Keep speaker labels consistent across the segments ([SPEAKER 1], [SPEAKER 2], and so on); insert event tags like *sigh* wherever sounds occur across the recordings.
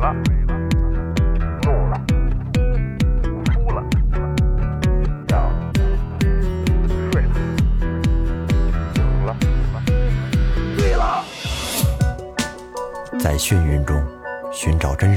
[SPEAKER 1] 了，怒了，哭了，笑了，睡了，醒了，醉了。
[SPEAKER 2] 在眩晕中寻找真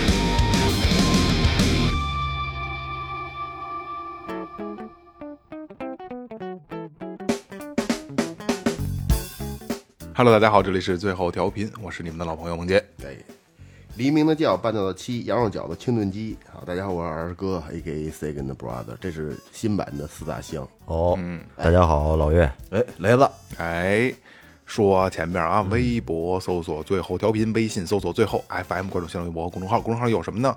[SPEAKER 3] Hello，大家好，这里是最后调频，我是你们的老朋友孟杰。
[SPEAKER 4] 黎明的叫，半岛的七，羊肉饺子，清炖鸡。好，大家好，我是二哥，A K A Second Brother，这是新版的四大香。
[SPEAKER 2] 哦，大家好，老岳，
[SPEAKER 4] 哎，雷子，
[SPEAKER 3] 哎，说前面啊，微博搜索最后调频，微信搜索最后 FM，关注新浪微博公众号，公众号有什么呢？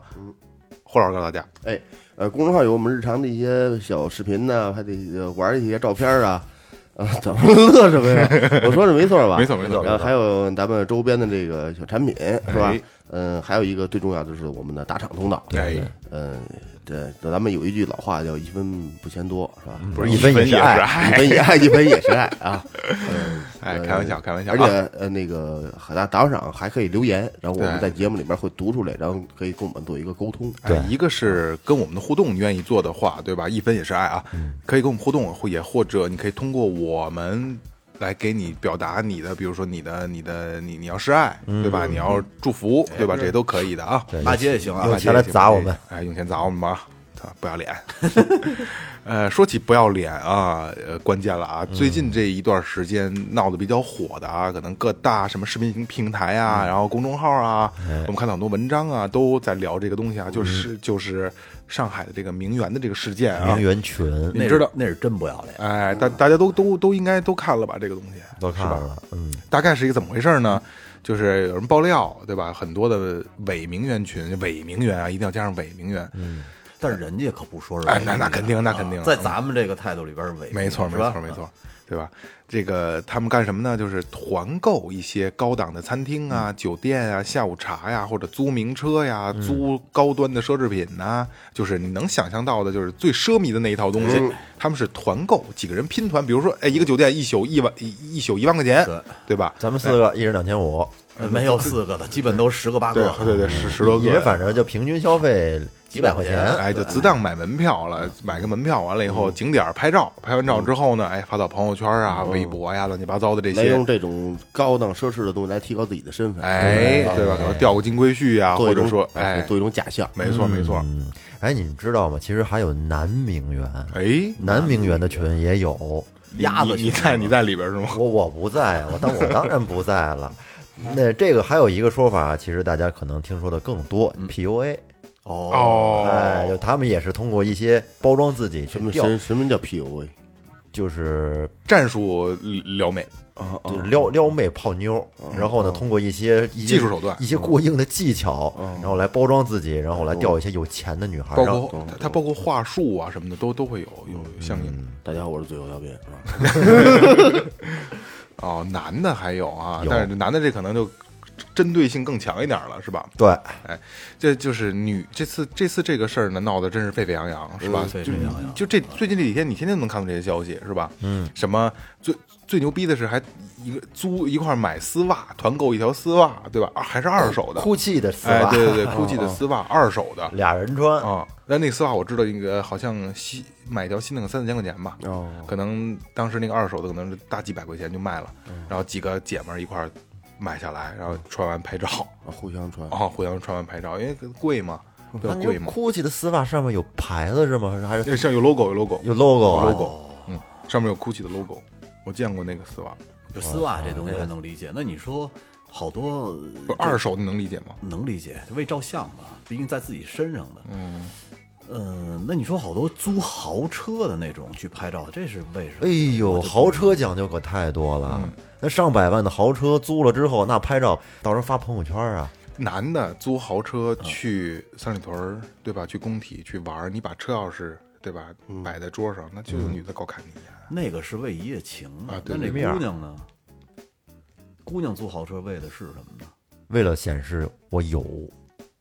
[SPEAKER 3] 霍老师告诉大家，
[SPEAKER 4] 哎，呃，公众号有我们日常的一些小视频呢，还得呃玩一些照片啊，啊，怎么乐什么呀？我说的没错吧？
[SPEAKER 3] 没错没
[SPEAKER 4] *laughs*
[SPEAKER 3] 错没错
[SPEAKER 4] 然后还有咱们周边的这个小产品是吧
[SPEAKER 3] 哎？
[SPEAKER 4] 嗯，还有一个最重要的就是我们的打赏通道。
[SPEAKER 3] 哎，
[SPEAKER 4] 嗯，对，咱们有一句老话叫“一分不嫌多”，是吧？
[SPEAKER 3] 嗯不是
[SPEAKER 2] 一
[SPEAKER 3] 分
[SPEAKER 2] 分也
[SPEAKER 3] 也
[SPEAKER 2] 是爱
[SPEAKER 3] 爱，
[SPEAKER 4] 一分也爱，一分也是爱啊！
[SPEAKER 3] 哎，开玩笑，开玩笑，
[SPEAKER 4] 而且
[SPEAKER 3] 啊
[SPEAKER 4] 呃，那个海大打赏还可以留言，然后我们
[SPEAKER 3] 对
[SPEAKER 4] 在节目里面会读出来，然后可以跟我们做一个沟通。
[SPEAKER 3] 哎，一个是跟我们的互动，你愿意做的话，对吧？一分也是爱啊，
[SPEAKER 2] 嗯
[SPEAKER 3] 可以跟我们互动，或也或者你可以通过我们来给你表达你的，比如说你的、你的、你你要示爱，
[SPEAKER 2] 嗯
[SPEAKER 3] 对吧？你要祝福，对吧？这些都可以的啊。
[SPEAKER 5] 骂街也行啊
[SPEAKER 2] 用，钱来砸我们，
[SPEAKER 3] 哎，用钱砸我们吧，操，不要脸。呃，说起不要脸啊，呃，关键了啊！
[SPEAKER 2] 嗯
[SPEAKER 3] 最近这一段时间闹得比较火的啊，可能各大什么视频平台啊，
[SPEAKER 2] 嗯
[SPEAKER 3] 然后公众号啊，
[SPEAKER 2] 哎
[SPEAKER 3] 我们看到很多文章啊，都在聊这个东西啊，就是就是上海的这个名媛的这个事件啊
[SPEAKER 2] 嗯名，媛群
[SPEAKER 3] 你
[SPEAKER 5] 那
[SPEAKER 3] 知道
[SPEAKER 5] 是那是真不要脸。
[SPEAKER 3] 哎，大大家都都都应该都看了吧？这个东西
[SPEAKER 2] 都看了，嗯，
[SPEAKER 3] 大概是一个怎么回事呢？就是有人爆料，对吧？很多的伪名媛群，伪名媛啊，一定要加上伪名
[SPEAKER 2] 嗯
[SPEAKER 3] 媛，
[SPEAKER 5] 但是人家可不说是
[SPEAKER 3] 哎那那肯定那肯定嗯
[SPEAKER 5] 啊在咱们这个态度里边是伪
[SPEAKER 3] 没错，没
[SPEAKER 5] 是吧
[SPEAKER 3] 错，没错，对吧？这个他们干什么呢？就是团购一些高档的餐厅啊、酒店啊、下午茶呀、或者租名车呀、租高端的奢侈品呐、就是你能想象到的，就是最奢靡的那一套东西。他们是团购，几个人拼团，比如说，哎，一个酒店一宿一万一一宿一万块钱
[SPEAKER 5] 对，
[SPEAKER 3] 对吧？
[SPEAKER 2] 咱们四个一人两千五，
[SPEAKER 5] 呃没有四个的，基本都十个八
[SPEAKER 3] 对
[SPEAKER 5] 个。
[SPEAKER 3] 对对，十十多个
[SPEAKER 2] 也，反正就平均消费几百块钱，
[SPEAKER 3] 哎，就自当买门票了，买个门票完了以后，景点儿拍照，拍完照之后呢，哎，发到朋友圈啊、微博呀、乱七八糟的这
[SPEAKER 4] 来
[SPEAKER 3] 些，
[SPEAKER 4] 用这种高档奢侈的东西来提高自己的身份，啊
[SPEAKER 3] 哎，对吧？可能钓个金龟婿啊，
[SPEAKER 4] 做
[SPEAKER 3] 或
[SPEAKER 4] 一种
[SPEAKER 3] 者说，哎，
[SPEAKER 4] 做一种假象。
[SPEAKER 3] 没错没错，
[SPEAKER 2] 嗯，哎，你们知道吗？其实还有男名媛，
[SPEAKER 3] 哎，
[SPEAKER 2] 男名媛的群也有，
[SPEAKER 5] 鸭
[SPEAKER 3] 你
[SPEAKER 5] 子
[SPEAKER 3] 你在你在里边是吗？
[SPEAKER 2] 我我不在啊，我当我当然不在了。那这个还有一个说法，其实大家可能听说的更多，PUA，
[SPEAKER 5] 哦，
[SPEAKER 2] 哎，就
[SPEAKER 3] 嗯哦，
[SPEAKER 2] 他们也是通过一些包装自己去
[SPEAKER 4] 什么
[SPEAKER 2] 钓，
[SPEAKER 4] 什什么叫
[SPEAKER 3] *laughs*
[SPEAKER 4] PUA？
[SPEAKER 2] 就是
[SPEAKER 3] 战术撩妹，哦啊
[SPEAKER 2] 就是撩撩妹泡妞，然后呢，通过一些一些
[SPEAKER 3] 技术手段哦
[SPEAKER 2] 一些过硬的技巧，然后来包装自己，然后来钓一些有钱的女孩，
[SPEAKER 3] 包
[SPEAKER 2] 然后
[SPEAKER 3] 括它它包括话术啊什么的，都都会有有相应的。
[SPEAKER 4] 大家好，我是最后调频，是
[SPEAKER 3] *laughs*
[SPEAKER 4] 吧？
[SPEAKER 3] 哦，男的还有啊，
[SPEAKER 2] 有
[SPEAKER 3] 但是男的这可能就针对性更强一点了，是吧？
[SPEAKER 2] 对，
[SPEAKER 3] 这就是女这次这次这个事儿呢，闹得真是沸沸扬扬，是吧？
[SPEAKER 5] 嗯沸
[SPEAKER 3] 就
[SPEAKER 5] 沸扬扬
[SPEAKER 3] 就这最近这几天，你天天能看到这些消息，是吧？嗯，什么最最牛逼的是还一个租一块儿买丝袜，团购一条丝袜，对吧？啊还是二手的，
[SPEAKER 5] 哦
[SPEAKER 2] 哭泣的丝
[SPEAKER 3] 哎，
[SPEAKER 2] 袜，
[SPEAKER 3] 对对对，GUCCI 的丝袜，二手的
[SPEAKER 2] 俩人穿，
[SPEAKER 3] 啊。但那丝袜我知道，那个好像新买一条新的，三四千块钱吧，
[SPEAKER 4] 哦，
[SPEAKER 3] 可能当时那个二手的可能是大几百块钱就卖了，
[SPEAKER 5] 嗯
[SPEAKER 3] 然后几个姐们儿一块儿买下来，然后穿完拍照，
[SPEAKER 4] 互相传。
[SPEAKER 3] 啊，互相穿完拍照，因为贵嘛，对
[SPEAKER 2] 啊那你
[SPEAKER 3] 吧？贵
[SPEAKER 2] 说
[SPEAKER 3] 嘛。 *laughs*
[SPEAKER 2] 哭泣的丝袜上面有牌子是吗？还是还是
[SPEAKER 3] 那上有 logo 有 logo
[SPEAKER 2] 有 logo 啊
[SPEAKER 3] logo，嗯，上面有 GUCCI 的 logo，我见过那个丝袜，
[SPEAKER 5] 就丝袜这东西还能理解。那你说好多呃
[SPEAKER 3] 不是二手，你能理解吗？
[SPEAKER 5] 能理解，为照相吧，毕竟在自己身上的。嗯。嗯，那你说好多租豪车的那种去拍照，这是为什么？
[SPEAKER 2] 哎呦，豪车讲究可太多了。那上百万的豪车租了之后，那拍照到时候发朋友圈啊，
[SPEAKER 3] 男的租豪车
[SPEAKER 2] 嗯
[SPEAKER 3] 去三里屯儿，对吧？去工体去玩儿，你把车钥匙对吧
[SPEAKER 2] 嗯
[SPEAKER 3] 摆在桌上，那就有女的高看你一眼。
[SPEAKER 5] 那个是为一夜情
[SPEAKER 3] 啊啊对
[SPEAKER 5] 那这
[SPEAKER 2] 对
[SPEAKER 5] 姑娘呢？姑娘租豪车为的是什么呢？
[SPEAKER 2] 为了显示我有，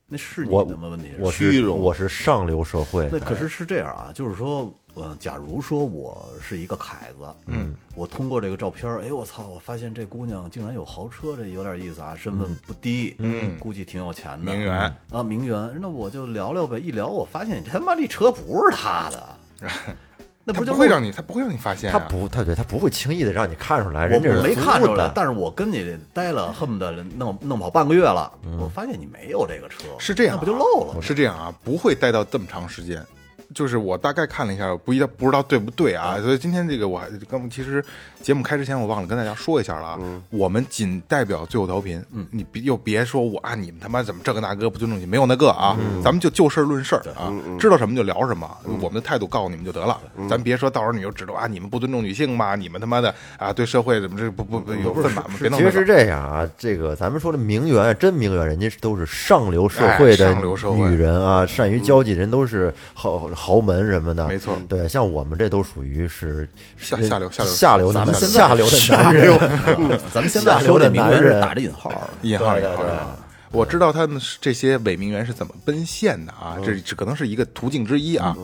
[SPEAKER 5] 那是你
[SPEAKER 2] 我
[SPEAKER 5] 的吗？问题是
[SPEAKER 2] 我
[SPEAKER 4] 虚
[SPEAKER 2] 是
[SPEAKER 4] 荣
[SPEAKER 2] 我是上流社会
[SPEAKER 5] 那
[SPEAKER 2] 的，
[SPEAKER 5] 可是是这样啊，就是说，呃，假如说我是一个凯子，嗯，我通过这个照片儿，哎，我操，我发现这姑娘竟然有豪车，这有点意思啊，身份不低，嗯，估计挺有钱的，
[SPEAKER 3] 名媛
[SPEAKER 5] 啊，名媛，那我就聊聊呗，一聊，我发现你他妈这车不是他的，那
[SPEAKER 3] 他
[SPEAKER 5] 不就
[SPEAKER 3] 不会
[SPEAKER 5] 露
[SPEAKER 3] 让你，他不会让你发现、
[SPEAKER 2] 他
[SPEAKER 3] 啊，
[SPEAKER 2] 不他对他不会轻易的让你看出来，
[SPEAKER 5] 我
[SPEAKER 2] 人家是
[SPEAKER 5] 我没
[SPEAKER 2] 服
[SPEAKER 5] 看
[SPEAKER 2] 务
[SPEAKER 5] 出来
[SPEAKER 2] 的，
[SPEAKER 5] 但是我跟你待了，恨不得弄弄跑半个月了，我发现你没有这个车，
[SPEAKER 3] 是这样、啊，
[SPEAKER 5] 那不就漏了吗？
[SPEAKER 3] 是这样啊，不会待到这么长时间。就是我大概看了一下，不一定不知道对不对啊，所以今天这个我还刚其实节目开之前我忘了跟大家说一下了啊，我们仅代表最后调频，嗯，你别又别说我啊，你们他妈怎么这个那个不尊重你，没有那个啊，咱们就就事论事儿啊，知道什么就聊什么，我们的态度告诉你们就得了，咱别说到时候你就知道啊，你们不尊重女性嘛，你们他妈的啊对社会怎么这不不不有愤满吗？别弄
[SPEAKER 2] 其
[SPEAKER 3] 那
[SPEAKER 2] 实是。
[SPEAKER 3] 个
[SPEAKER 2] 这样啊，这个咱们说的名媛，啊真名媛，人家都是上流社会
[SPEAKER 3] 哎
[SPEAKER 2] 的
[SPEAKER 3] 上流社会
[SPEAKER 2] 女人啊，善于交际，人都是豪豪门什么的，
[SPEAKER 3] 没错
[SPEAKER 2] 对，像我们这都属于是
[SPEAKER 3] 下下流下
[SPEAKER 2] 下流的
[SPEAKER 3] 流
[SPEAKER 5] 咱们现在
[SPEAKER 2] 下流的男人，
[SPEAKER 5] *laughs* 咱们现
[SPEAKER 2] 下
[SPEAKER 5] 在
[SPEAKER 2] 流
[SPEAKER 5] 说
[SPEAKER 2] 的
[SPEAKER 5] 这名
[SPEAKER 2] 男
[SPEAKER 5] 媛是
[SPEAKER 2] 人
[SPEAKER 5] 打着引号的，
[SPEAKER 3] 引号
[SPEAKER 2] 对
[SPEAKER 3] 引
[SPEAKER 2] 对
[SPEAKER 3] 号
[SPEAKER 2] 对
[SPEAKER 3] 引号。我知道他们是这些伪名媛是怎么奔现的啊，这这可能是一个途径之一啊。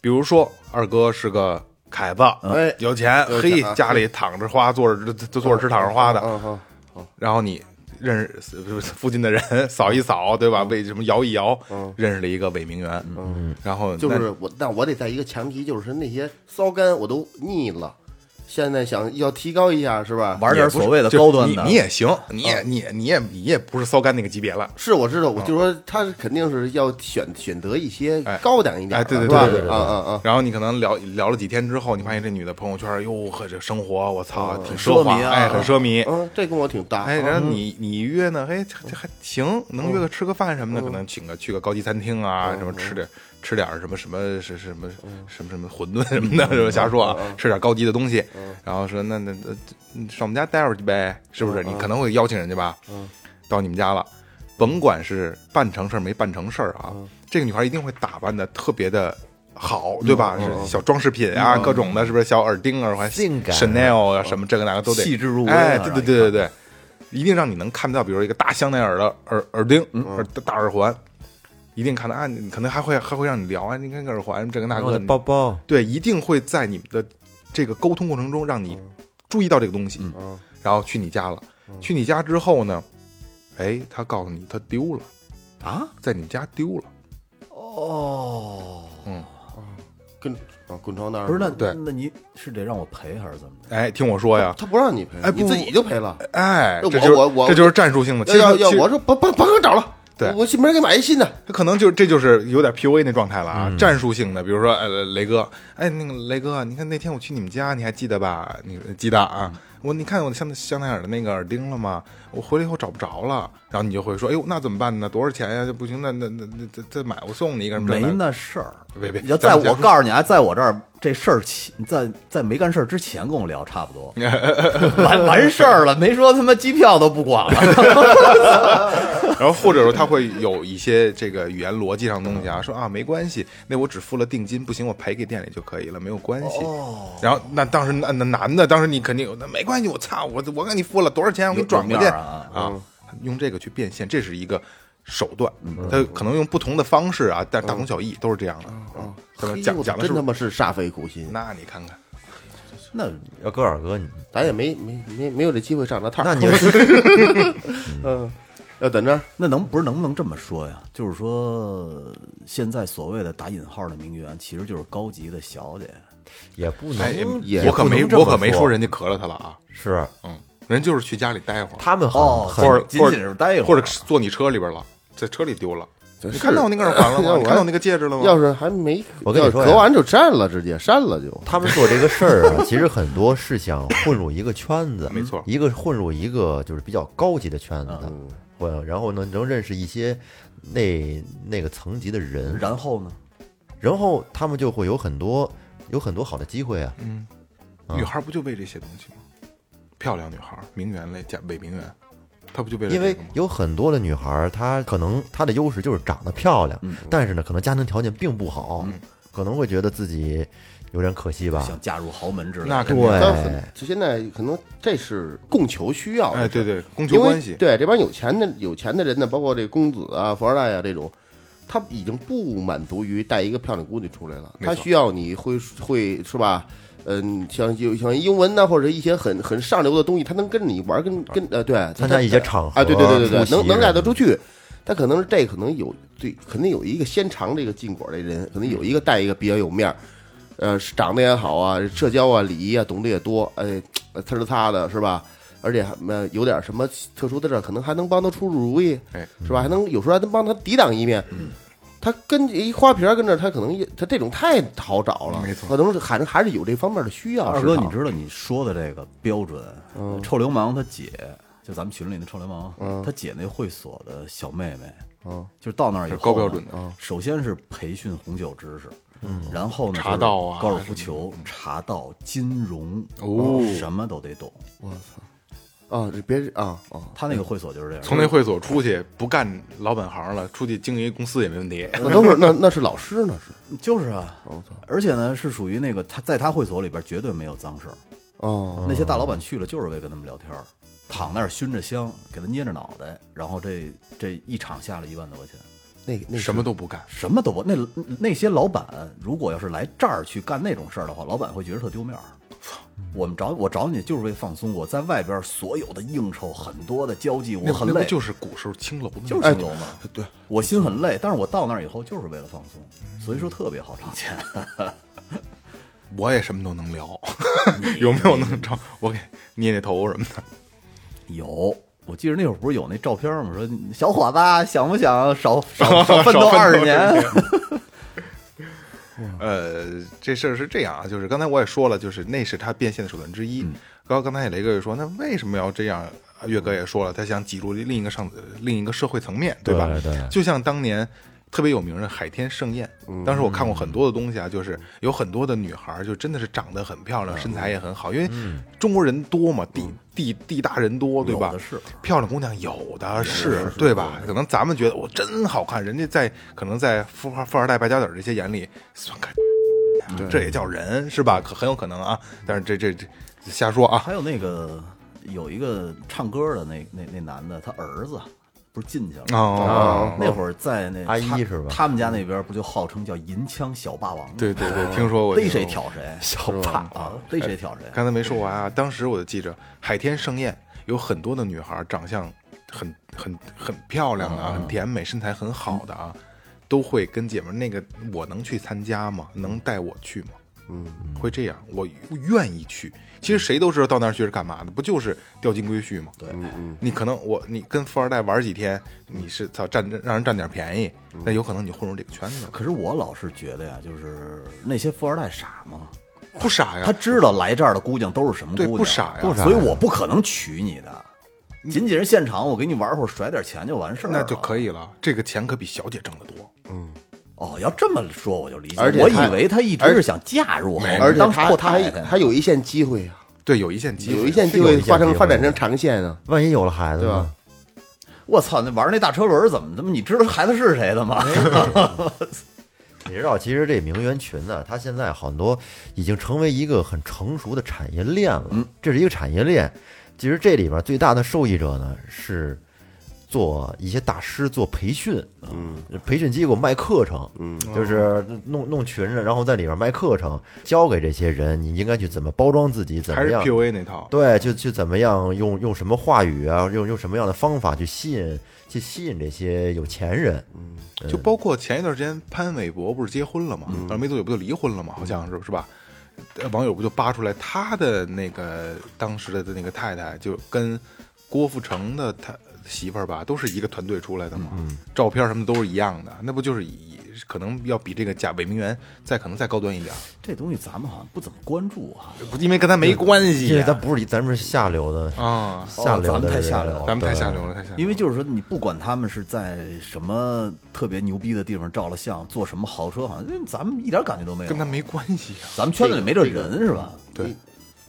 [SPEAKER 3] 比如说二哥是个凯子，
[SPEAKER 4] 哎
[SPEAKER 3] 有钱，
[SPEAKER 4] 有
[SPEAKER 3] 嘿
[SPEAKER 4] 钱啊，
[SPEAKER 3] 家里躺着花，坐着坐坐着吃躺着花的。
[SPEAKER 4] 嗯好，
[SPEAKER 3] 然后你认识呃附近的人， *laughs* 扫一扫，对吧？为什么摇一摇，认识了一个伪名媛。嗯，然后
[SPEAKER 4] 就
[SPEAKER 3] 那
[SPEAKER 4] 是我，但我得在一个前提，就是那些骚干我都腻了，现在想要提高一下，是吧？
[SPEAKER 5] 玩点所谓的
[SPEAKER 3] 就
[SPEAKER 5] 高端的，
[SPEAKER 3] 你你也行，你也你也你也你也不是骚干那个级别了。
[SPEAKER 4] 是，我知道，我就说他肯定是要选选择一些
[SPEAKER 3] 啊哎
[SPEAKER 4] 高档一点
[SPEAKER 3] 哎
[SPEAKER 4] 的，
[SPEAKER 3] 对对
[SPEAKER 4] 是吧
[SPEAKER 3] 对对对对
[SPEAKER 4] 啊啊啊！
[SPEAKER 3] 然后你可能聊聊了几天之后，你发现这女的朋友圈，哟呵，这生活我操，挺奢华
[SPEAKER 5] 奢靡，啊
[SPEAKER 3] 哎，很奢靡。
[SPEAKER 4] 嗯，这跟我挺搭。
[SPEAKER 3] 哎，
[SPEAKER 4] 啊
[SPEAKER 3] 然后你你约呢？哎，这这还行，能
[SPEAKER 2] 嗯
[SPEAKER 3] 约个吃个饭什么的，可能请个去个高级餐厅啊，什么吃点吃点什么什么是什么
[SPEAKER 2] 嗯
[SPEAKER 3] 什么什么馄饨什么的，什么瞎说啊，吃点高级的东西。
[SPEAKER 2] 嗯
[SPEAKER 3] 然后说那那那那上我们家待会儿去呗，是
[SPEAKER 2] 嗯
[SPEAKER 3] 不是？你可能会邀请人家吧？到你们家了，甭管是办成事儿没办成事儿
[SPEAKER 2] 嗯
[SPEAKER 3] 啊，这个女孩一定会打扮的特别的。好，对吧？
[SPEAKER 2] 嗯
[SPEAKER 3] 是小装饰品啊，各种的，是不是？小耳钉、耳环、
[SPEAKER 2] 性感啊
[SPEAKER 3] Chanel 啊，什么这个那个都得
[SPEAKER 5] 细致入微啊
[SPEAKER 3] 哎，
[SPEAKER 5] 让
[SPEAKER 3] 对
[SPEAKER 5] 你
[SPEAKER 3] 对对对对，一定让你能看到，比如一个大香奈儿的耳耳钉、
[SPEAKER 4] 嗯
[SPEAKER 3] 耳大耳环，一定看到啊，你可能还会还会让你聊啊，你看看耳环这个那
[SPEAKER 2] 然后
[SPEAKER 3] 个
[SPEAKER 2] 那，包包，
[SPEAKER 3] 对，一定会在你们的这个沟通过程中让你注意到这个东西，
[SPEAKER 4] 嗯
[SPEAKER 3] 然后去你家了，嗯去你家之后呢，哎，他告诉你他丢了，
[SPEAKER 5] 啊，
[SPEAKER 3] 在你们家丢了，
[SPEAKER 5] 哦，
[SPEAKER 4] 跟啊滚床单儿
[SPEAKER 5] 不是那
[SPEAKER 3] 对
[SPEAKER 5] 那你是得让我赔还是怎么着？
[SPEAKER 3] 哎，听我说呀，
[SPEAKER 4] 他不让你赔，
[SPEAKER 3] 哎
[SPEAKER 4] 你
[SPEAKER 3] 不
[SPEAKER 4] 自己就赔了。
[SPEAKER 3] 哎，
[SPEAKER 4] 那
[SPEAKER 3] 这就
[SPEAKER 4] 我
[SPEAKER 3] 是
[SPEAKER 4] 我我
[SPEAKER 3] 这就是战术性的，其
[SPEAKER 4] 要
[SPEAKER 3] 实
[SPEAKER 4] 要要
[SPEAKER 3] 其，实
[SPEAKER 4] 我说甭甭甭给我找了，
[SPEAKER 3] 对
[SPEAKER 4] 我明儿给买一新的。
[SPEAKER 3] 他可能就这就是有点 PUA 那状态了啊，战术性的，比如说呃雷哥，哎那个雷哥，你看那天我去你们家，你还记得吧？你记得啊？我你看我香香奈儿的那个耳钉了吗？我回来以后找不着了，然后你就会说，哎呦那怎么办呢？多少钱呀、这不行，那那那那再再买，我送你一个什么这
[SPEAKER 5] 没
[SPEAKER 3] 那的
[SPEAKER 5] 那事儿，
[SPEAKER 3] 别别
[SPEAKER 5] 你要在
[SPEAKER 3] 咱
[SPEAKER 5] 我
[SPEAKER 3] 们
[SPEAKER 5] 告诉你啊，在我这儿这事儿起，在在没干事儿之前跟我聊差
[SPEAKER 3] *laughs*
[SPEAKER 5] 不多，完完事儿了，没说他妈机票都不管了。
[SPEAKER 3] 然后或者说他会有一些这个语言逻辑上的东西啊，说啊没关系，那我只付了定金，不行我赔给店里就可以了，没有关系。然后那当时那那男的，当时你肯定有那没关系，我操，我我给你付了多少钱，我给你转过去
[SPEAKER 5] 有面儿啊
[SPEAKER 3] 用这个去变现，这是一个手段，他可能用不同的方式啊，但大同小异，都是这样的。嗯，可能
[SPEAKER 4] 嘿
[SPEAKER 3] 讲
[SPEAKER 4] 我
[SPEAKER 3] 讲的嗯是
[SPEAKER 4] 哎真他，妈是煞费苦心，
[SPEAKER 3] 那你看看，
[SPEAKER 5] 那
[SPEAKER 2] 要哥尔哥，你
[SPEAKER 4] 咱也没没没没有这机会上那趟。
[SPEAKER 2] 那你
[SPEAKER 4] *laughs* 嗯，要等着
[SPEAKER 5] 那能不是能不能这么说呀？就是说，现在所谓的打引号的名媛，其实就是高级的小姐。
[SPEAKER 2] 也不
[SPEAKER 3] 哎
[SPEAKER 2] 能，，
[SPEAKER 4] 也
[SPEAKER 3] 我可
[SPEAKER 2] 不能
[SPEAKER 3] 没
[SPEAKER 2] 这
[SPEAKER 3] 我
[SPEAKER 2] 么
[SPEAKER 3] 可没
[SPEAKER 2] 说
[SPEAKER 3] 说人家咳了他了啊，
[SPEAKER 2] 是
[SPEAKER 3] 嗯，人就是去家里待一会儿，
[SPEAKER 2] 他们很
[SPEAKER 5] 哦
[SPEAKER 2] 很
[SPEAKER 5] 或
[SPEAKER 3] 或者
[SPEAKER 5] 仅
[SPEAKER 3] 或
[SPEAKER 5] 仅
[SPEAKER 3] 者
[SPEAKER 5] 是待一会
[SPEAKER 3] 或
[SPEAKER 5] 儿
[SPEAKER 3] 者坐你车里边了，在车里丢了。
[SPEAKER 4] 真
[SPEAKER 3] 你
[SPEAKER 4] 是
[SPEAKER 3] 看到我那个耳环了
[SPEAKER 4] 要
[SPEAKER 3] 吗？
[SPEAKER 4] 我
[SPEAKER 3] 你看到我那个戒指了吗？
[SPEAKER 4] 要是还没，
[SPEAKER 2] 我跟你说呀
[SPEAKER 4] 要隔完就删了，直接删了就。
[SPEAKER 2] 他们做这个事儿啊，其实很多是想混入一个圈子，
[SPEAKER 3] 没错嗯
[SPEAKER 2] 一个混入一个就是比较高级的圈子的，混，然后呢能认识一些那那个层级的人，
[SPEAKER 5] 然后呢？
[SPEAKER 2] 然后他们就会有很多有很多好的机会啊，
[SPEAKER 3] 女孩不就为这些东西吗？漂亮女孩，名媛类加伪名媛，她不就为了
[SPEAKER 2] 因为
[SPEAKER 3] 这个吗
[SPEAKER 2] 有很多的女
[SPEAKER 3] 嗯
[SPEAKER 2] 孩儿，她可能她的优势就是长得漂亮，但是呢，可能家庭条件并不好，可能会觉得自己有点可惜吧。
[SPEAKER 5] 想嫁入豪门之类的。
[SPEAKER 3] 那肯定，
[SPEAKER 4] 但
[SPEAKER 2] 对
[SPEAKER 4] 很，就现在可能这是供求需要的事儿，
[SPEAKER 3] 哎，对对，供求
[SPEAKER 4] 因为
[SPEAKER 3] 关系，
[SPEAKER 4] 对这帮有钱的有钱的人呢，包括这公子啊、富二代啊这种，他已经不满足于带一个漂亮姑娘出来了，
[SPEAKER 3] 没错
[SPEAKER 4] 他需要你会会是吧？嗯，像有像英文呐、或者一些很很上流的东西，他能跟你玩，跟跟呃，对，
[SPEAKER 2] 参加一些场合
[SPEAKER 4] 啊，对对对对
[SPEAKER 2] 出
[SPEAKER 4] 对，
[SPEAKER 2] 席
[SPEAKER 4] 能能带
[SPEAKER 2] 什
[SPEAKER 4] 得
[SPEAKER 2] 么
[SPEAKER 4] 出去。他可能是这可能有对，肯定有一个先尝这个禁果的人，可能有一个带一个比较有面儿，呃，长得也好啊，社交啊、礼仪啊，懂得也多，哎，呲儿擦的是吧？而且还呃有点什么特殊的事儿，可能还能帮他出出主意，
[SPEAKER 3] 哎，
[SPEAKER 4] 是吧？还能有时候还能帮他抵挡一面。他跟一花瓶儿跟这儿，他可能也他这种太好找了，
[SPEAKER 3] 没错
[SPEAKER 4] 可能是还是还是有这方面的需要。
[SPEAKER 5] 二哥，
[SPEAKER 4] 市
[SPEAKER 5] 你
[SPEAKER 4] 场
[SPEAKER 5] 知道你说的这个标准，臭流氓他姐，就咱们群里那臭流氓，他姐那会所的小妹妹，
[SPEAKER 4] 嗯
[SPEAKER 5] 就是到那儿以
[SPEAKER 3] 是
[SPEAKER 5] 后呢
[SPEAKER 3] 高标准的啊
[SPEAKER 5] 首先是培训红酒知识，然后呢
[SPEAKER 3] 茶
[SPEAKER 5] 就是
[SPEAKER 3] 道啊
[SPEAKER 5] 高尔夫球、茶道、金融，
[SPEAKER 3] 哦
[SPEAKER 5] 什么都得懂。
[SPEAKER 4] 啊，这别啊啊，
[SPEAKER 5] 他那个会所就是这样，
[SPEAKER 3] 从那会所出去不干老本行了，出去经营一公司也没问题。*laughs*
[SPEAKER 4] 那等会儿那那是老师呢是
[SPEAKER 5] 就是啊，而且呢是属于那个他在他会所里边绝对没有脏事儿，
[SPEAKER 4] 哦，
[SPEAKER 5] 那些大老板去了就是为跟他们聊天儿，躺那儿熏着香，给他捏着脑袋，然后这这一场下来一万多块钱。
[SPEAKER 4] 那个那
[SPEAKER 3] 什么都不干，
[SPEAKER 5] 什么都不那那些老板，如果要是来这儿去干那种事儿的话，老板会觉得特丢面儿。我们找我找你就是为放松，我在外边所有的应酬、很多的交际，我
[SPEAKER 3] 那
[SPEAKER 5] 很
[SPEAKER 3] 那不
[SPEAKER 5] 累，
[SPEAKER 3] 就是古时候青楼的吗
[SPEAKER 5] 就是
[SPEAKER 3] 哎
[SPEAKER 5] 青楼嘛。对，我心很累，但是我到那儿以后就是为了放松，所以说特别好挣钱。
[SPEAKER 3] 我也什么都能聊， *laughs* 有没有能找我给捏捏头什么的？
[SPEAKER 5] 有，我记得那会儿不是有那照片吗？说小伙子想不
[SPEAKER 3] *laughs*
[SPEAKER 5] 想少少少
[SPEAKER 3] 少
[SPEAKER 5] 奋斗
[SPEAKER 3] 奋斗
[SPEAKER 5] 二十
[SPEAKER 3] 20
[SPEAKER 5] 年？
[SPEAKER 3] 呃，这事儿是这样啊，就是刚才我也说了，就是那是他变现的手段之一。刚、刚才也雷哥也说，那为什么要这样？啊岳哥也说了，他想挤入另一个上另一个社会层面，吧？
[SPEAKER 2] 对对
[SPEAKER 3] 就像当年特别有名的海天盛宴，当时我看过很多的东西啊，就是有很多的女孩儿就真的是长得很漂亮，身材也很好，因为中国人多嘛，地地地大人多，对吧？
[SPEAKER 5] 有的是
[SPEAKER 3] 漂亮姑娘有的是，对吧？可能咱们觉得我真好看，人家在可能在富二富二代、败家子儿这些眼里算个这也叫人是吧？可很有可能啊，但是这这这瞎说啊，
[SPEAKER 5] 还有那个有一个唱歌的那那那男的，他儿子不是进去了吗？
[SPEAKER 3] 哦，
[SPEAKER 5] 啊那会儿在那
[SPEAKER 2] 阿一
[SPEAKER 5] 他
[SPEAKER 2] 是吧
[SPEAKER 5] 他们家那边不就号称叫“银枪小霸王”吗？
[SPEAKER 3] 对对对，听说过，
[SPEAKER 5] 逮
[SPEAKER 3] 听说
[SPEAKER 5] 谁
[SPEAKER 3] 过
[SPEAKER 5] 挑谁，小霸啊，逮谁挑谁。
[SPEAKER 3] 刚才没说完啊，当时我就记着海天盛宴有很多的女孩长相很很很漂亮啊，很甜美，身材很好的啊，都会跟姐们儿那个我能去参加吗？能带我去吗？嗯，会这样，我愿意去。其实谁都知道到那儿去是干嘛的，不就是钓金龟婿吗？对，你可能我你跟富二代玩几天，你是操占让人占点便宜，那有可能你混入这个圈子了，
[SPEAKER 5] 可是我老是觉得呀，就是那些富二代傻吗？
[SPEAKER 3] 不傻哎呀
[SPEAKER 5] 他。知道来这儿的姑娘都是什么姑
[SPEAKER 3] 对
[SPEAKER 5] 娘，
[SPEAKER 3] 不傻呀不
[SPEAKER 5] 所以我不可能娶你的。仅仅是现场，我给你玩会儿，甩点钱就完事儿了，
[SPEAKER 3] 那就可以了，这个钱可比小姐挣得多。
[SPEAKER 5] 哦。要这么说，我就理解。
[SPEAKER 4] 而且
[SPEAKER 5] 我
[SPEAKER 4] 他
[SPEAKER 5] 以为他一直
[SPEAKER 4] 而
[SPEAKER 5] 是想嫁入豪门，
[SPEAKER 4] 而且
[SPEAKER 5] 当
[SPEAKER 4] 他
[SPEAKER 5] 阔
[SPEAKER 4] 他还
[SPEAKER 5] 太太。
[SPEAKER 4] 还有一线机会啊，
[SPEAKER 3] 对，有一线机会，
[SPEAKER 4] 有一线机
[SPEAKER 2] 有
[SPEAKER 4] 会
[SPEAKER 2] 一线
[SPEAKER 4] 发
[SPEAKER 2] 机
[SPEAKER 4] 生
[SPEAKER 2] 会
[SPEAKER 4] 发展成长线啊，
[SPEAKER 2] 万一有了孩子
[SPEAKER 4] 对
[SPEAKER 2] 呢
[SPEAKER 4] 吧？
[SPEAKER 5] 我操，那玩那大车轮怎么怎么？你知道孩子是谁的吗？
[SPEAKER 3] 哎
[SPEAKER 2] 你知道，其实这名媛群呢、它现在很多已经成为一个很成熟的产业链了。
[SPEAKER 4] 嗯
[SPEAKER 2] 这是一个产业链。其实这里边最大的受益者呢是做一些大师做培训，嗯，培训机构卖课程，嗯，就是弄弄群，然后在里边卖课程，教给这些人你应该去怎么包装自己，怎
[SPEAKER 3] 还
[SPEAKER 2] 么
[SPEAKER 3] 是
[SPEAKER 2] 样。
[SPEAKER 3] PUA 那套。
[SPEAKER 2] 对，就去怎么样用用什么话语啊，用用什么样的方法去吸引去吸引这些有钱人，
[SPEAKER 3] 就包括前一段时间潘玮柏不是结婚了嘛，然后没多久不就离婚了嘛，好像是是吧？呃网友不就扒出来他的那个当时的那个太太，就跟郭富城的他媳妇儿吧，都是一个团队出来的嘛，照片什么都是一样的，那不就是以可能要比这个假伪名媛再可能再高端一点儿，
[SPEAKER 5] 这东西咱们好像不怎么关注啊。
[SPEAKER 3] 不因为跟他没关
[SPEAKER 2] 因
[SPEAKER 3] 系
[SPEAKER 2] 为咱
[SPEAKER 3] 啊
[SPEAKER 2] 不是咱们是下流的
[SPEAKER 3] 啊，
[SPEAKER 2] 下流
[SPEAKER 5] 哦咱
[SPEAKER 2] 的
[SPEAKER 5] 们太
[SPEAKER 2] 人
[SPEAKER 5] 下流了
[SPEAKER 3] 咱们太
[SPEAKER 2] 对
[SPEAKER 3] 下流了，太下流了，
[SPEAKER 5] 因为就是说，你不管他们是在什么特别牛逼的地方照了相，坐什么豪车，好像嗯咱们一点感觉都没有。
[SPEAKER 3] 跟他没关系啊，
[SPEAKER 5] 咱们圈子里没这人是吧？
[SPEAKER 3] 对，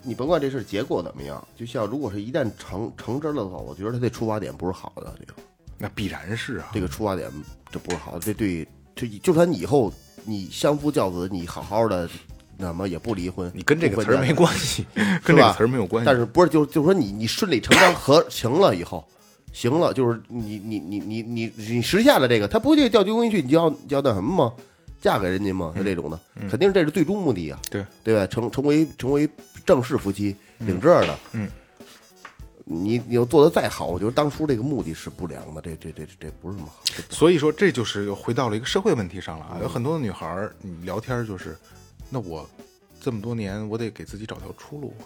[SPEAKER 4] 你甭管这事儿结果怎么样，就像如果是一旦成成真了的话，我觉得他这出发点不是好的，这个
[SPEAKER 3] 那必然是啊
[SPEAKER 4] 这，个出发点这不是好的，这对就就算你以后你相夫教子，你好好的，那么也不离婚，
[SPEAKER 3] 你跟这个词儿没
[SPEAKER 4] 系，
[SPEAKER 3] 关系，
[SPEAKER 4] 是
[SPEAKER 3] 跟这个
[SPEAKER 4] 吧？
[SPEAKER 3] 词儿没有关系。
[SPEAKER 4] 但是不是就就是说你你顺理成章和行了以后，行了，就是你你你你你你实现了这个，他不就调丢婚去，你就要你就要那什么吗？嫁给人家吗？就这种的，肯定这是最终目的啊。
[SPEAKER 3] 对
[SPEAKER 4] 对吧？成成为成为正式夫妻领证的，
[SPEAKER 3] 嗯，
[SPEAKER 4] 你你要做的再好，我觉得当初这个目的是不良的，这这这这这不是什么好。这
[SPEAKER 3] 所以说，这就是又回到了一个社会问题上了啊。有很多的女孩儿，你聊天儿就是，那我这么多年，我得给自己找条出路啊。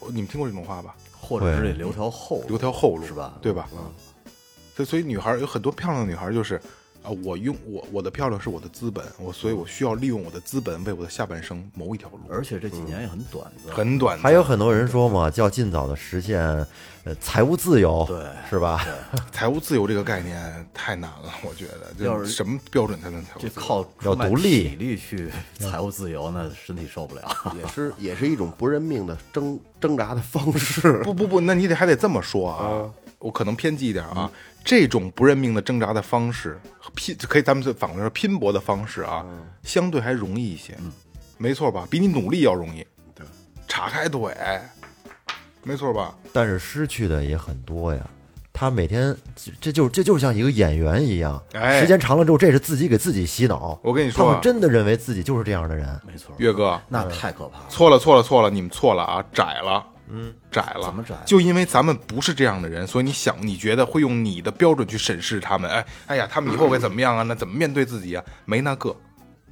[SPEAKER 3] 我你们听过这种话吧？
[SPEAKER 5] 或者是得留条后路，
[SPEAKER 3] 留条后路
[SPEAKER 5] 是吧？
[SPEAKER 3] 对吧？
[SPEAKER 5] 嗯，
[SPEAKER 3] 所以所以女孩儿有很多漂亮的女孩儿就是啊，我用我我的漂亮是我的资本，我所以我需要利用我的资本为我的下半生谋一条路，
[SPEAKER 5] 而且这几年也很短暂，
[SPEAKER 3] 很短暂。
[SPEAKER 2] 还有很多人说嘛，叫尽早的实现呃财务自由，
[SPEAKER 5] 对
[SPEAKER 2] 是吧？
[SPEAKER 3] 财务自由这个概念太难了，我觉得，这
[SPEAKER 5] 要是
[SPEAKER 3] 什么标准才能财务自
[SPEAKER 5] 这
[SPEAKER 3] 由？
[SPEAKER 5] 靠
[SPEAKER 2] 要
[SPEAKER 5] 出卖
[SPEAKER 2] 独立
[SPEAKER 5] 体力去 *laughs* 财务自由，那身体受不了。
[SPEAKER 4] 也是也是一种不认命的挣挣扎的方式。
[SPEAKER 3] 不不不，那你得还得这么说啊，我可能偏激一点啊。这种不认命的挣扎的方式，拼可以咱们就反过来说拼搏的方式啊，相对还容易一些，没错吧？比你努力要容易。对，岔开腿，没错吧？
[SPEAKER 2] 但是失去的也很多呀。他每天这这就这就像一个演员一样，
[SPEAKER 3] 哎
[SPEAKER 2] 时间长了之后，这是自己给自己洗脑。
[SPEAKER 3] 我跟你说啊
[SPEAKER 2] 他们真的认为自己就是这样的人。
[SPEAKER 5] 没错，
[SPEAKER 3] 岳哥，
[SPEAKER 5] 那太可怕了。
[SPEAKER 3] 错了错了错了，你们错了啊，窄了。嗯，窄了，
[SPEAKER 5] 怎么窄
[SPEAKER 3] 就因为咱们不是这样的人，所以你想，你觉得会用你的标准去审视他们？哎，哎呀，他们以后会怎么样啊？那怎么面对自己啊？没那个，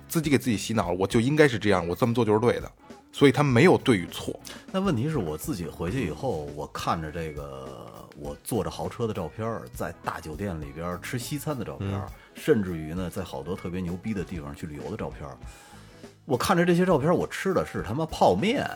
[SPEAKER 3] 自己给自己洗脑，我就应该是这样，我这么做就是对的，所以他没有对与错。
[SPEAKER 5] 那问题是我自己回去以后，我看着这个我坐着豪车的照片儿，在大酒店里边儿吃西餐的照片儿，
[SPEAKER 3] 嗯
[SPEAKER 5] 甚至于呢，在好多特别牛逼的地方去旅游的照片儿，我看着这些照片儿，我吃的是他妈泡面，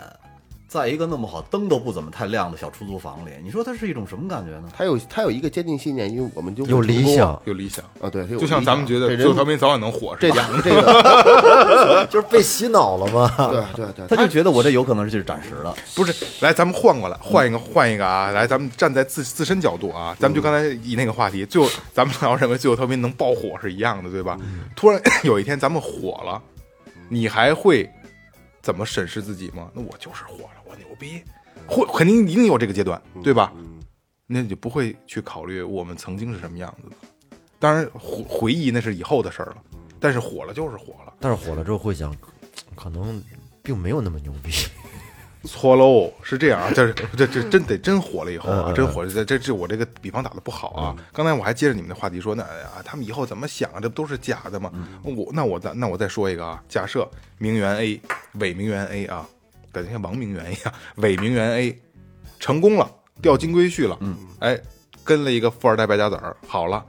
[SPEAKER 5] 在一个弄不好灯都不怎么太亮的小出租房里，你说它是一种什么感觉呢？
[SPEAKER 4] 他有他有一个坚定信念，因为我们就会
[SPEAKER 2] 有理
[SPEAKER 4] 成功
[SPEAKER 2] 想，
[SPEAKER 3] 有理想，
[SPEAKER 4] 啊，对，他有
[SPEAKER 3] 就像
[SPEAKER 4] 理想
[SPEAKER 3] 咱们觉
[SPEAKER 4] 这
[SPEAKER 3] 得做
[SPEAKER 4] 人
[SPEAKER 3] 调频早晚能火是
[SPEAKER 4] 这
[SPEAKER 3] 一样的。
[SPEAKER 4] 这这个， *laughs*
[SPEAKER 2] 就是被洗脑了吗？
[SPEAKER 4] 对对对，
[SPEAKER 5] 他就觉得我这有可能是暂时的，
[SPEAKER 3] 不是，来，咱们换过来，换一个，换一个啊！来，咱们站在自自身角度啊，咱们就刚才以那个话题，最后咱们老认为最后调频能爆火是一样的，对吧？突然有一天咱们火了，你还会怎么审视自己吗？那我就是火了，我牛逼，会肯定一定有这个阶段，对吧？那你就不会去考虑我们曾经是什么样子的。当然，回回忆那是以后的事儿了，但是火了就是火了，
[SPEAKER 2] 但是火了之后会想，可能并没有那么牛逼。
[SPEAKER 3] 错喽，是这
[SPEAKER 2] *laughs*
[SPEAKER 3] 样啊，这这这真得真火了以后啊，
[SPEAKER 2] 嗯嗯嗯
[SPEAKER 3] 真火了，这这这我这个比方打的不好啊。刚才我还接着你们的话题说，那哎呀，他们以后怎么想啊？这不都是假的吗？
[SPEAKER 2] 嗯
[SPEAKER 3] 我那我再那我再说一个啊，假设名媛 A 伪名媛 A 啊，感觉像王名媛一样， *laughs* 伪名媛 A 成功了，钓金龟婿了，
[SPEAKER 2] 嗯
[SPEAKER 3] 哎，跟了一个富二代败家子儿，好了，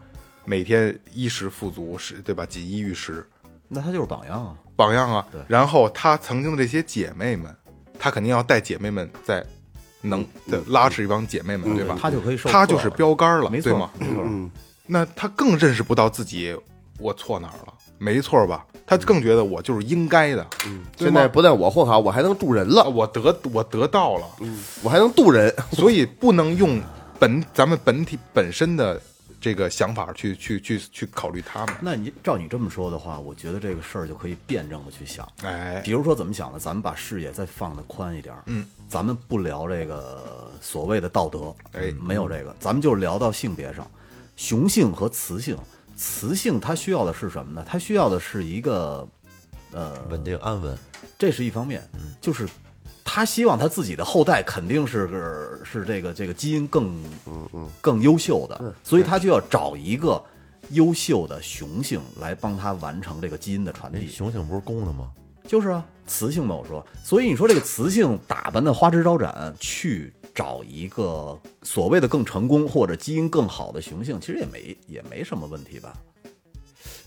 [SPEAKER 3] 每天衣食富足，是对吧？锦衣玉食，
[SPEAKER 5] 那他就是榜样啊。
[SPEAKER 3] 榜样啊
[SPEAKER 5] 对。
[SPEAKER 3] 然后她曾经的这些姐妹们，她肯定要带姐妹们在能在拉扯一帮姐妹们，对吧？
[SPEAKER 5] 嗯他就可以受
[SPEAKER 3] 她
[SPEAKER 5] 挫
[SPEAKER 3] 就是标杆了，
[SPEAKER 5] 没
[SPEAKER 3] 对
[SPEAKER 5] 错
[SPEAKER 3] 吗？
[SPEAKER 5] 没错，
[SPEAKER 3] 那她更认识不到自己我错哪儿了，没错吧？
[SPEAKER 5] 嗯
[SPEAKER 3] 她更觉得我就是应该的，对
[SPEAKER 4] 现
[SPEAKER 3] 吗
[SPEAKER 4] 在不但我混好，我还能渡人
[SPEAKER 3] 啊
[SPEAKER 4] 了，
[SPEAKER 3] 我得我得到了，
[SPEAKER 5] 嗯
[SPEAKER 4] 我还能渡人，
[SPEAKER 3] 所以不能用本咱们本体本身的这个想法去去去去考虑他们。
[SPEAKER 5] 那你照你这么说的话，我觉得这个事儿就可以辩证的去想。
[SPEAKER 3] 哎
[SPEAKER 5] 比，如说怎么想呢？咱们把视野再放的宽一点，嗯，咱们不聊这个所谓的道德，
[SPEAKER 3] 哎
[SPEAKER 5] 没有这个，咱们就聊到性别上，雄性和雌性。雌性它需要的是什么呢？它需要的是一个，呃，
[SPEAKER 3] 嗯
[SPEAKER 2] 稳定安稳，
[SPEAKER 5] 这是一方面，就是他希望他自己的后代肯定是是这个这个基因更更优秀的，所以他就要找一个优秀的雄性来帮他完成这个基因的传
[SPEAKER 2] 那
[SPEAKER 5] 递。
[SPEAKER 2] 哎雄性不是公的吗？
[SPEAKER 5] 就是啊，雌性嘛，我说，所以你说这个雌性打扮的花枝招展，去找一个所谓的更成功或者基因更好的雄性，其实也没也没什么问题吧？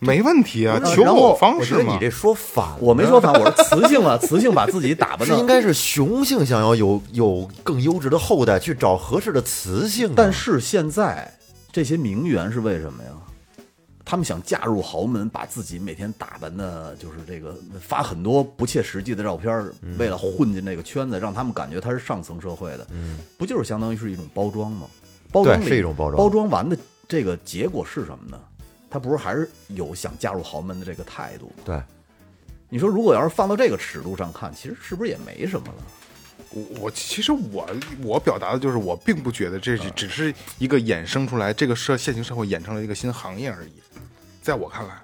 [SPEAKER 3] 没问题啊，
[SPEAKER 5] 不是
[SPEAKER 3] 求
[SPEAKER 5] 然
[SPEAKER 3] 偶
[SPEAKER 5] 后
[SPEAKER 3] 方
[SPEAKER 2] 我觉
[SPEAKER 3] 式
[SPEAKER 2] 得
[SPEAKER 3] 嘛
[SPEAKER 2] 你。这说反了，
[SPEAKER 5] 我没说反，我说雌性啊，雌性把自己打扮
[SPEAKER 2] 是
[SPEAKER 5] 的
[SPEAKER 2] 应该是雄性想要有有更优质的后代，去找合适的雌性啊。
[SPEAKER 5] 但是现在这些名媛是为什么呀？他们想嫁入豪门，把自己每天打扮的，就是这个呃发很多不切实际的照片儿，为了混进这个圈子，让他们感觉他是上层社会的，不就是相当于是一种包装吗？包装
[SPEAKER 2] 嗯对
[SPEAKER 5] 里
[SPEAKER 2] 是一种包装
[SPEAKER 5] 包装完的这个结果是什么呢？他不是还是有想嫁入豪门的这个态度吗？
[SPEAKER 2] 对，
[SPEAKER 5] 你说如果要是放到这个尺度上看，其实是不是也没什么了？
[SPEAKER 3] 我我其实我我表达的就是，我并不觉得这是只是一个衍生出来，这个社现行社会衍生了一个新行业而已。在我看来，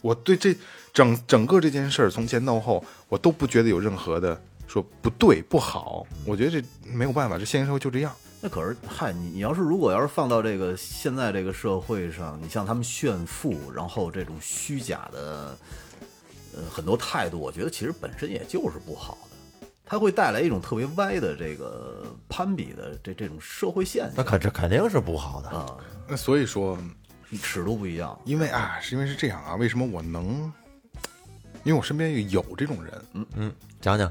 [SPEAKER 3] 我对这整整个这件事儿从前到后，我都不觉得有任何的说不对不好。我觉得这没有办法，这现行社会就这样。
[SPEAKER 5] 那可是，嗨，你你要是如果要是放到这个现在这个社会上，你像他们炫富，然后这种虚假的，呃，很多态度，我觉得其实本身也就是不好的，它会带来一种特别歪的这个攀比的这这种社会现
[SPEAKER 2] 那
[SPEAKER 5] 象
[SPEAKER 2] 肯这肯定是不好的。
[SPEAKER 5] 啊，
[SPEAKER 3] 那所以说，
[SPEAKER 5] 尺度不一样。
[SPEAKER 3] 嗯因为啊，是因为是这样啊，为什么我能？因为我身边有这种人，
[SPEAKER 2] 讲讲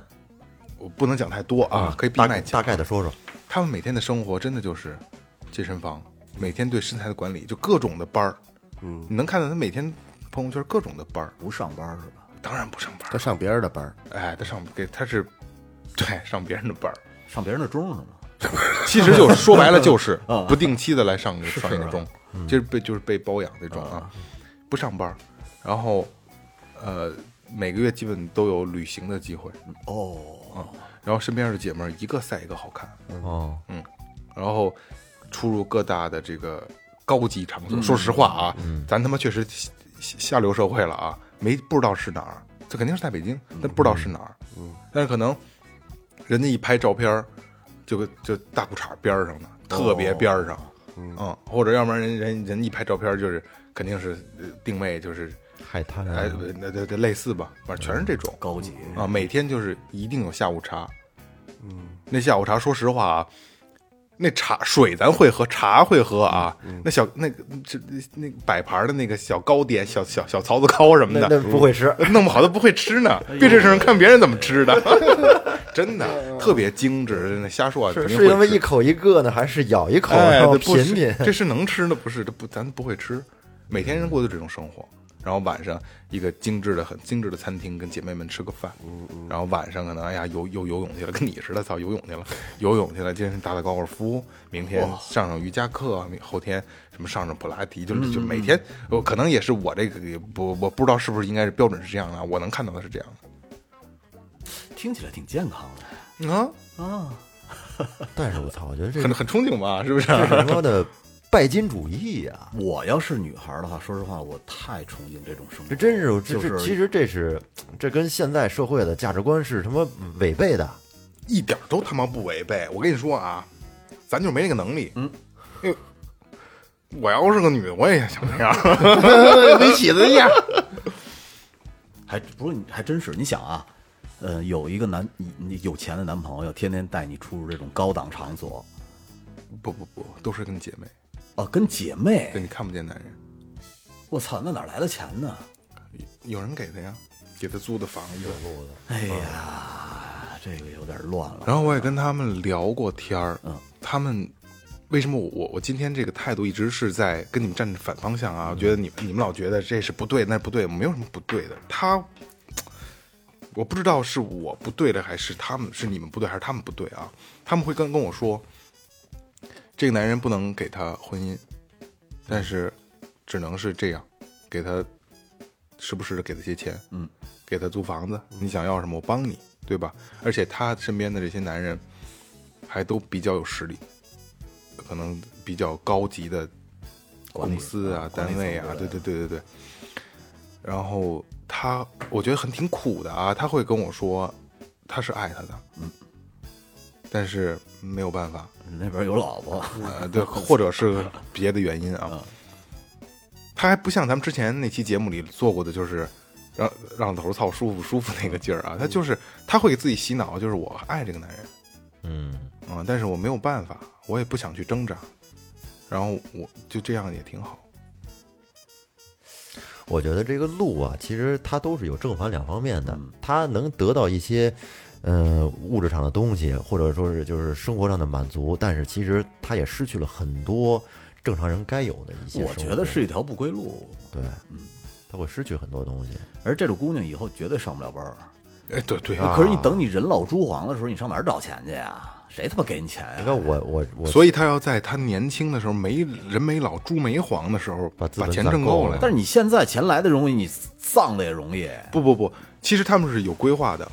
[SPEAKER 3] 我不能讲太多啊，可以闭
[SPEAKER 2] 大
[SPEAKER 3] 麦
[SPEAKER 2] 概
[SPEAKER 3] 讲
[SPEAKER 2] 大。概的说说，
[SPEAKER 3] 他们每天的生活真的就是健身房，每天对身材的管理，就各种的班儿。嗯，你能看到他每天朋友圈各种的班儿，
[SPEAKER 5] 不上班是吧？
[SPEAKER 3] 当然不上班
[SPEAKER 4] 他
[SPEAKER 3] 儿，
[SPEAKER 4] 上别人的班儿，
[SPEAKER 3] 哎，他上给他是， *laughs* 对，上别人的班儿。
[SPEAKER 5] 上别人的钟是吗？
[SPEAKER 3] 其实就是说白了 *laughs* 就是
[SPEAKER 5] 啊
[SPEAKER 3] 不定期的来上个
[SPEAKER 5] 是
[SPEAKER 3] 上一个
[SPEAKER 5] 啊
[SPEAKER 3] 钟，嗯就是嗯被就是被包养那种啊，不上班儿，然后呃每个月基本都有旅行的机会，嗯
[SPEAKER 5] 哦，
[SPEAKER 3] 然后身边的姐妹儿一个赛一个好看，嗯
[SPEAKER 2] 哦，
[SPEAKER 3] 然后出入各大的这个高级场所。说实话啊，咱他妈确实下下下流社会了啊，没不知道是哪儿，这肯定是在北京，但不知道是哪儿。嗯，但是可能人家一拍照片儿，就就大裤衩边儿上的，特别边儿上，哦嗯，或者要不然人人人一拍照片儿就是肯定是呃定位就是
[SPEAKER 2] 海滩啊
[SPEAKER 3] 哎，那那那类似吧，反正全是这
[SPEAKER 2] 嗯
[SPEAKER 3] 种。
[SPEAKER 5] 高级
[SPEAKER 3] 啊，每天就是一定有下午茶。嗯，那下午茶，说实话啊，那茶水咱会喝，茶会喝啊。
[SPEAKER 2] 嗯
[SPEAKER 3] 那小那个这那个摆盘的那个小糕点、小小小槽子糕什么
[SPEAKER 2] 那
[SPEAKER 3] 的，
[SPEAKER 2] 那哎不会吃，
[SPEAKER 3] 弄不好都不会吃呢。别这事儿看别人怎么
[SPEAKER 2] *laughs*
[SPEAKER 3] 吃的，真的特别精致。真的瞎说啊，
[SPEAKER 2] 嗯
[SPEAKER 3] 肯
[SPEAKER 2] 是
[SPEAKER 3] 定
[SPEAKER 2] 是因为
[SPEAKER 3] 会
[SPEAKER 2] 一
[SPEAKER 3] 吃。
[SPEAKER 2] 口一个呢，还是咬一口
[SPEAKER 3] 哎，
[SPEAKER 2] 然后 *laughs*
[SPEAKER 3] 这不
[SPEAKER 2] 品
[SPEAKER 3] 是
[SPEAKER 2] 品？
[SPEAKER 3] 这是能吃的，不是？这不，咱不会吃。每天人过的这种生活，然后晚上一个精致的、很精致的餐厅，跟姐妹们吃个饭，然后晚上可能哎呀游游游泳去了，跟你似的，操游泳去了，游泳去了，今天打打高尔夫，明天上上瑜伽课，明后天什么上上普拉提，就是就每天，我可能也是我这个也不我不知道是不是应该是标准是这样的，啊我能看到的是这样
[SPEAKER 5] 听起来挺健康的
[SPEAKER 3] 的啊，
[SPEAKER 5] 啊。
[SPEAKER 2] 但是我操，我觉得这
[SPEAKER 3] 很很憧憬吧，是不是？
[SPEAKER 2] 这是他妈的拜金主义啊呀、
[SPEAKER 5] 我要是女孩儿的话，说实话，我太崇敬这种生活。
[SPEAKER 2] 这真是，这
[SPEAKER 5] 就
[SPEAKER 2] 这
[SPEAKER 5] 是
[SPEAKER 2] 其实这是这跟现在社会的价值观是他妈违背的。
[SPEAKER 3] 一点都他妈不违背。我跟你说啊，咱就没那个能力。嗯，我要是个女的，我也想这样。
[SPEAKER 4] *laughs* 没起子样。
[SPEAKER 5] 还不是你还真是，你想啊，呃，有一个男你你有钱的男朋友，天天带你出入这种高档场所，
[SPEAKER 3] 不不不，都是跟姐妹，
[SPEAKER 5] 啊，跟姐妹
[SPEAKER 3] 对，你看不见男人，
[SPEAKER 5] 我操，那哪来的钱呢？
[SPEAKER 3] 有人给他呀，给他租的房子。
[SPEAKER 5] 哎呀，这个有点乱了。
[SPEAKER 3] 然后我也跟他们聊过天儿，
[SPEAKER 5] 嗯，
[SPEAKER 3] 他们为什么我我我今天这个态度一直是在跟你们站反方向
[SPEAKER 5] 嗯
[SPEAKER 3] 啊？我觉得你你们老觉得这是不对，那不对，没有什么不对的。他我不知道是我不对了，还是他们是你们不对，还是他们不对啊？他们会跟跟我说，这个男人不能给他婚姻，但是只能是这样，给他时不时的给他些钱，
[SPEAKER 5] 嗯，
[SPEAKER 3] 给他租房子，你想要什么我帮你，对吧？而且他身边的这些男人还都比较有实力，可能比较高级的
[SPEAKER 5] 管理
[SPEAKER 3] 公司啊、
[SPEAKER 5] 管理
[SPEAKER 3] 单位啊
[SPEAKER 5] 层，
[SPEAKER 3] 对
[SPEAKER 5] 之类
[SPEAKER 3] 对
[SPEAKER 5] 的
[SPEAKER 3] 对对对。然后他，我觉得很挺苦的啊，他会跟我说他是爱他的，嗯，但是没有办法，
[SPEAKER 5] 那边有老婆，
[SPEAKER 3] 呃，对，或者是别的原因啊。
[SPEAKER 2] 嗯
[SPEAKER 3] 他还不像咱们之前那期节目里做过的，就是让让头操舒服舒服那个劲儿啊，他就是他会给自己洗脑，就是我爱这个男人，
[SPEAKER 2] 嗯，
[SPEAKER 3] 嗯，但是我没有办法，我也不想去挣扎，然后我就这样也挺好。
[SPEAKER 2] 我觉得这个路啊，其实它都是有正反两方面的，
[SPEAKER 5] 嗯
[SPEAKER 2] 它能得到一些。呃，物质上的东西，或者说是就是生活上的满足，但是其实他也失去了很多正常人该有的一些生活。
[SPEAKER 5] 我觉得是嗯一条不归路。
[SPEAKER 2] 对，他会失去很多东西。
[SPEAKER 5] 而这种姑娘以后绝对上不了班儿。
[SPEAKER 3] 哎，对对
[SPEAKER 2] 啊
[SPEAKER 5] 可是你等你人老珠黄的时候，你上哪儿找钱去呀？谁他妈给你钱呀、
[SPEAKER 2] 你看我我我，
[SPEAKER 3] 所以他要在他年轻的时候没人没老猪没黄的时候
[SPEAKER 2] 把资本
[SPEAKER 3] 钱
[SPEAKER 2] 攒
[SPEAKER 3] 挣
[SPEAKER 2] 够
[SPEAKER 3] 够
[SPEAKER 2] 了
[SPEAKER 3] 了。
[SPEAKER 5] 但是你现在钱来的容易，你葬的也容易，
[SPEAKER 3] 不不不，其实他们是有规划的。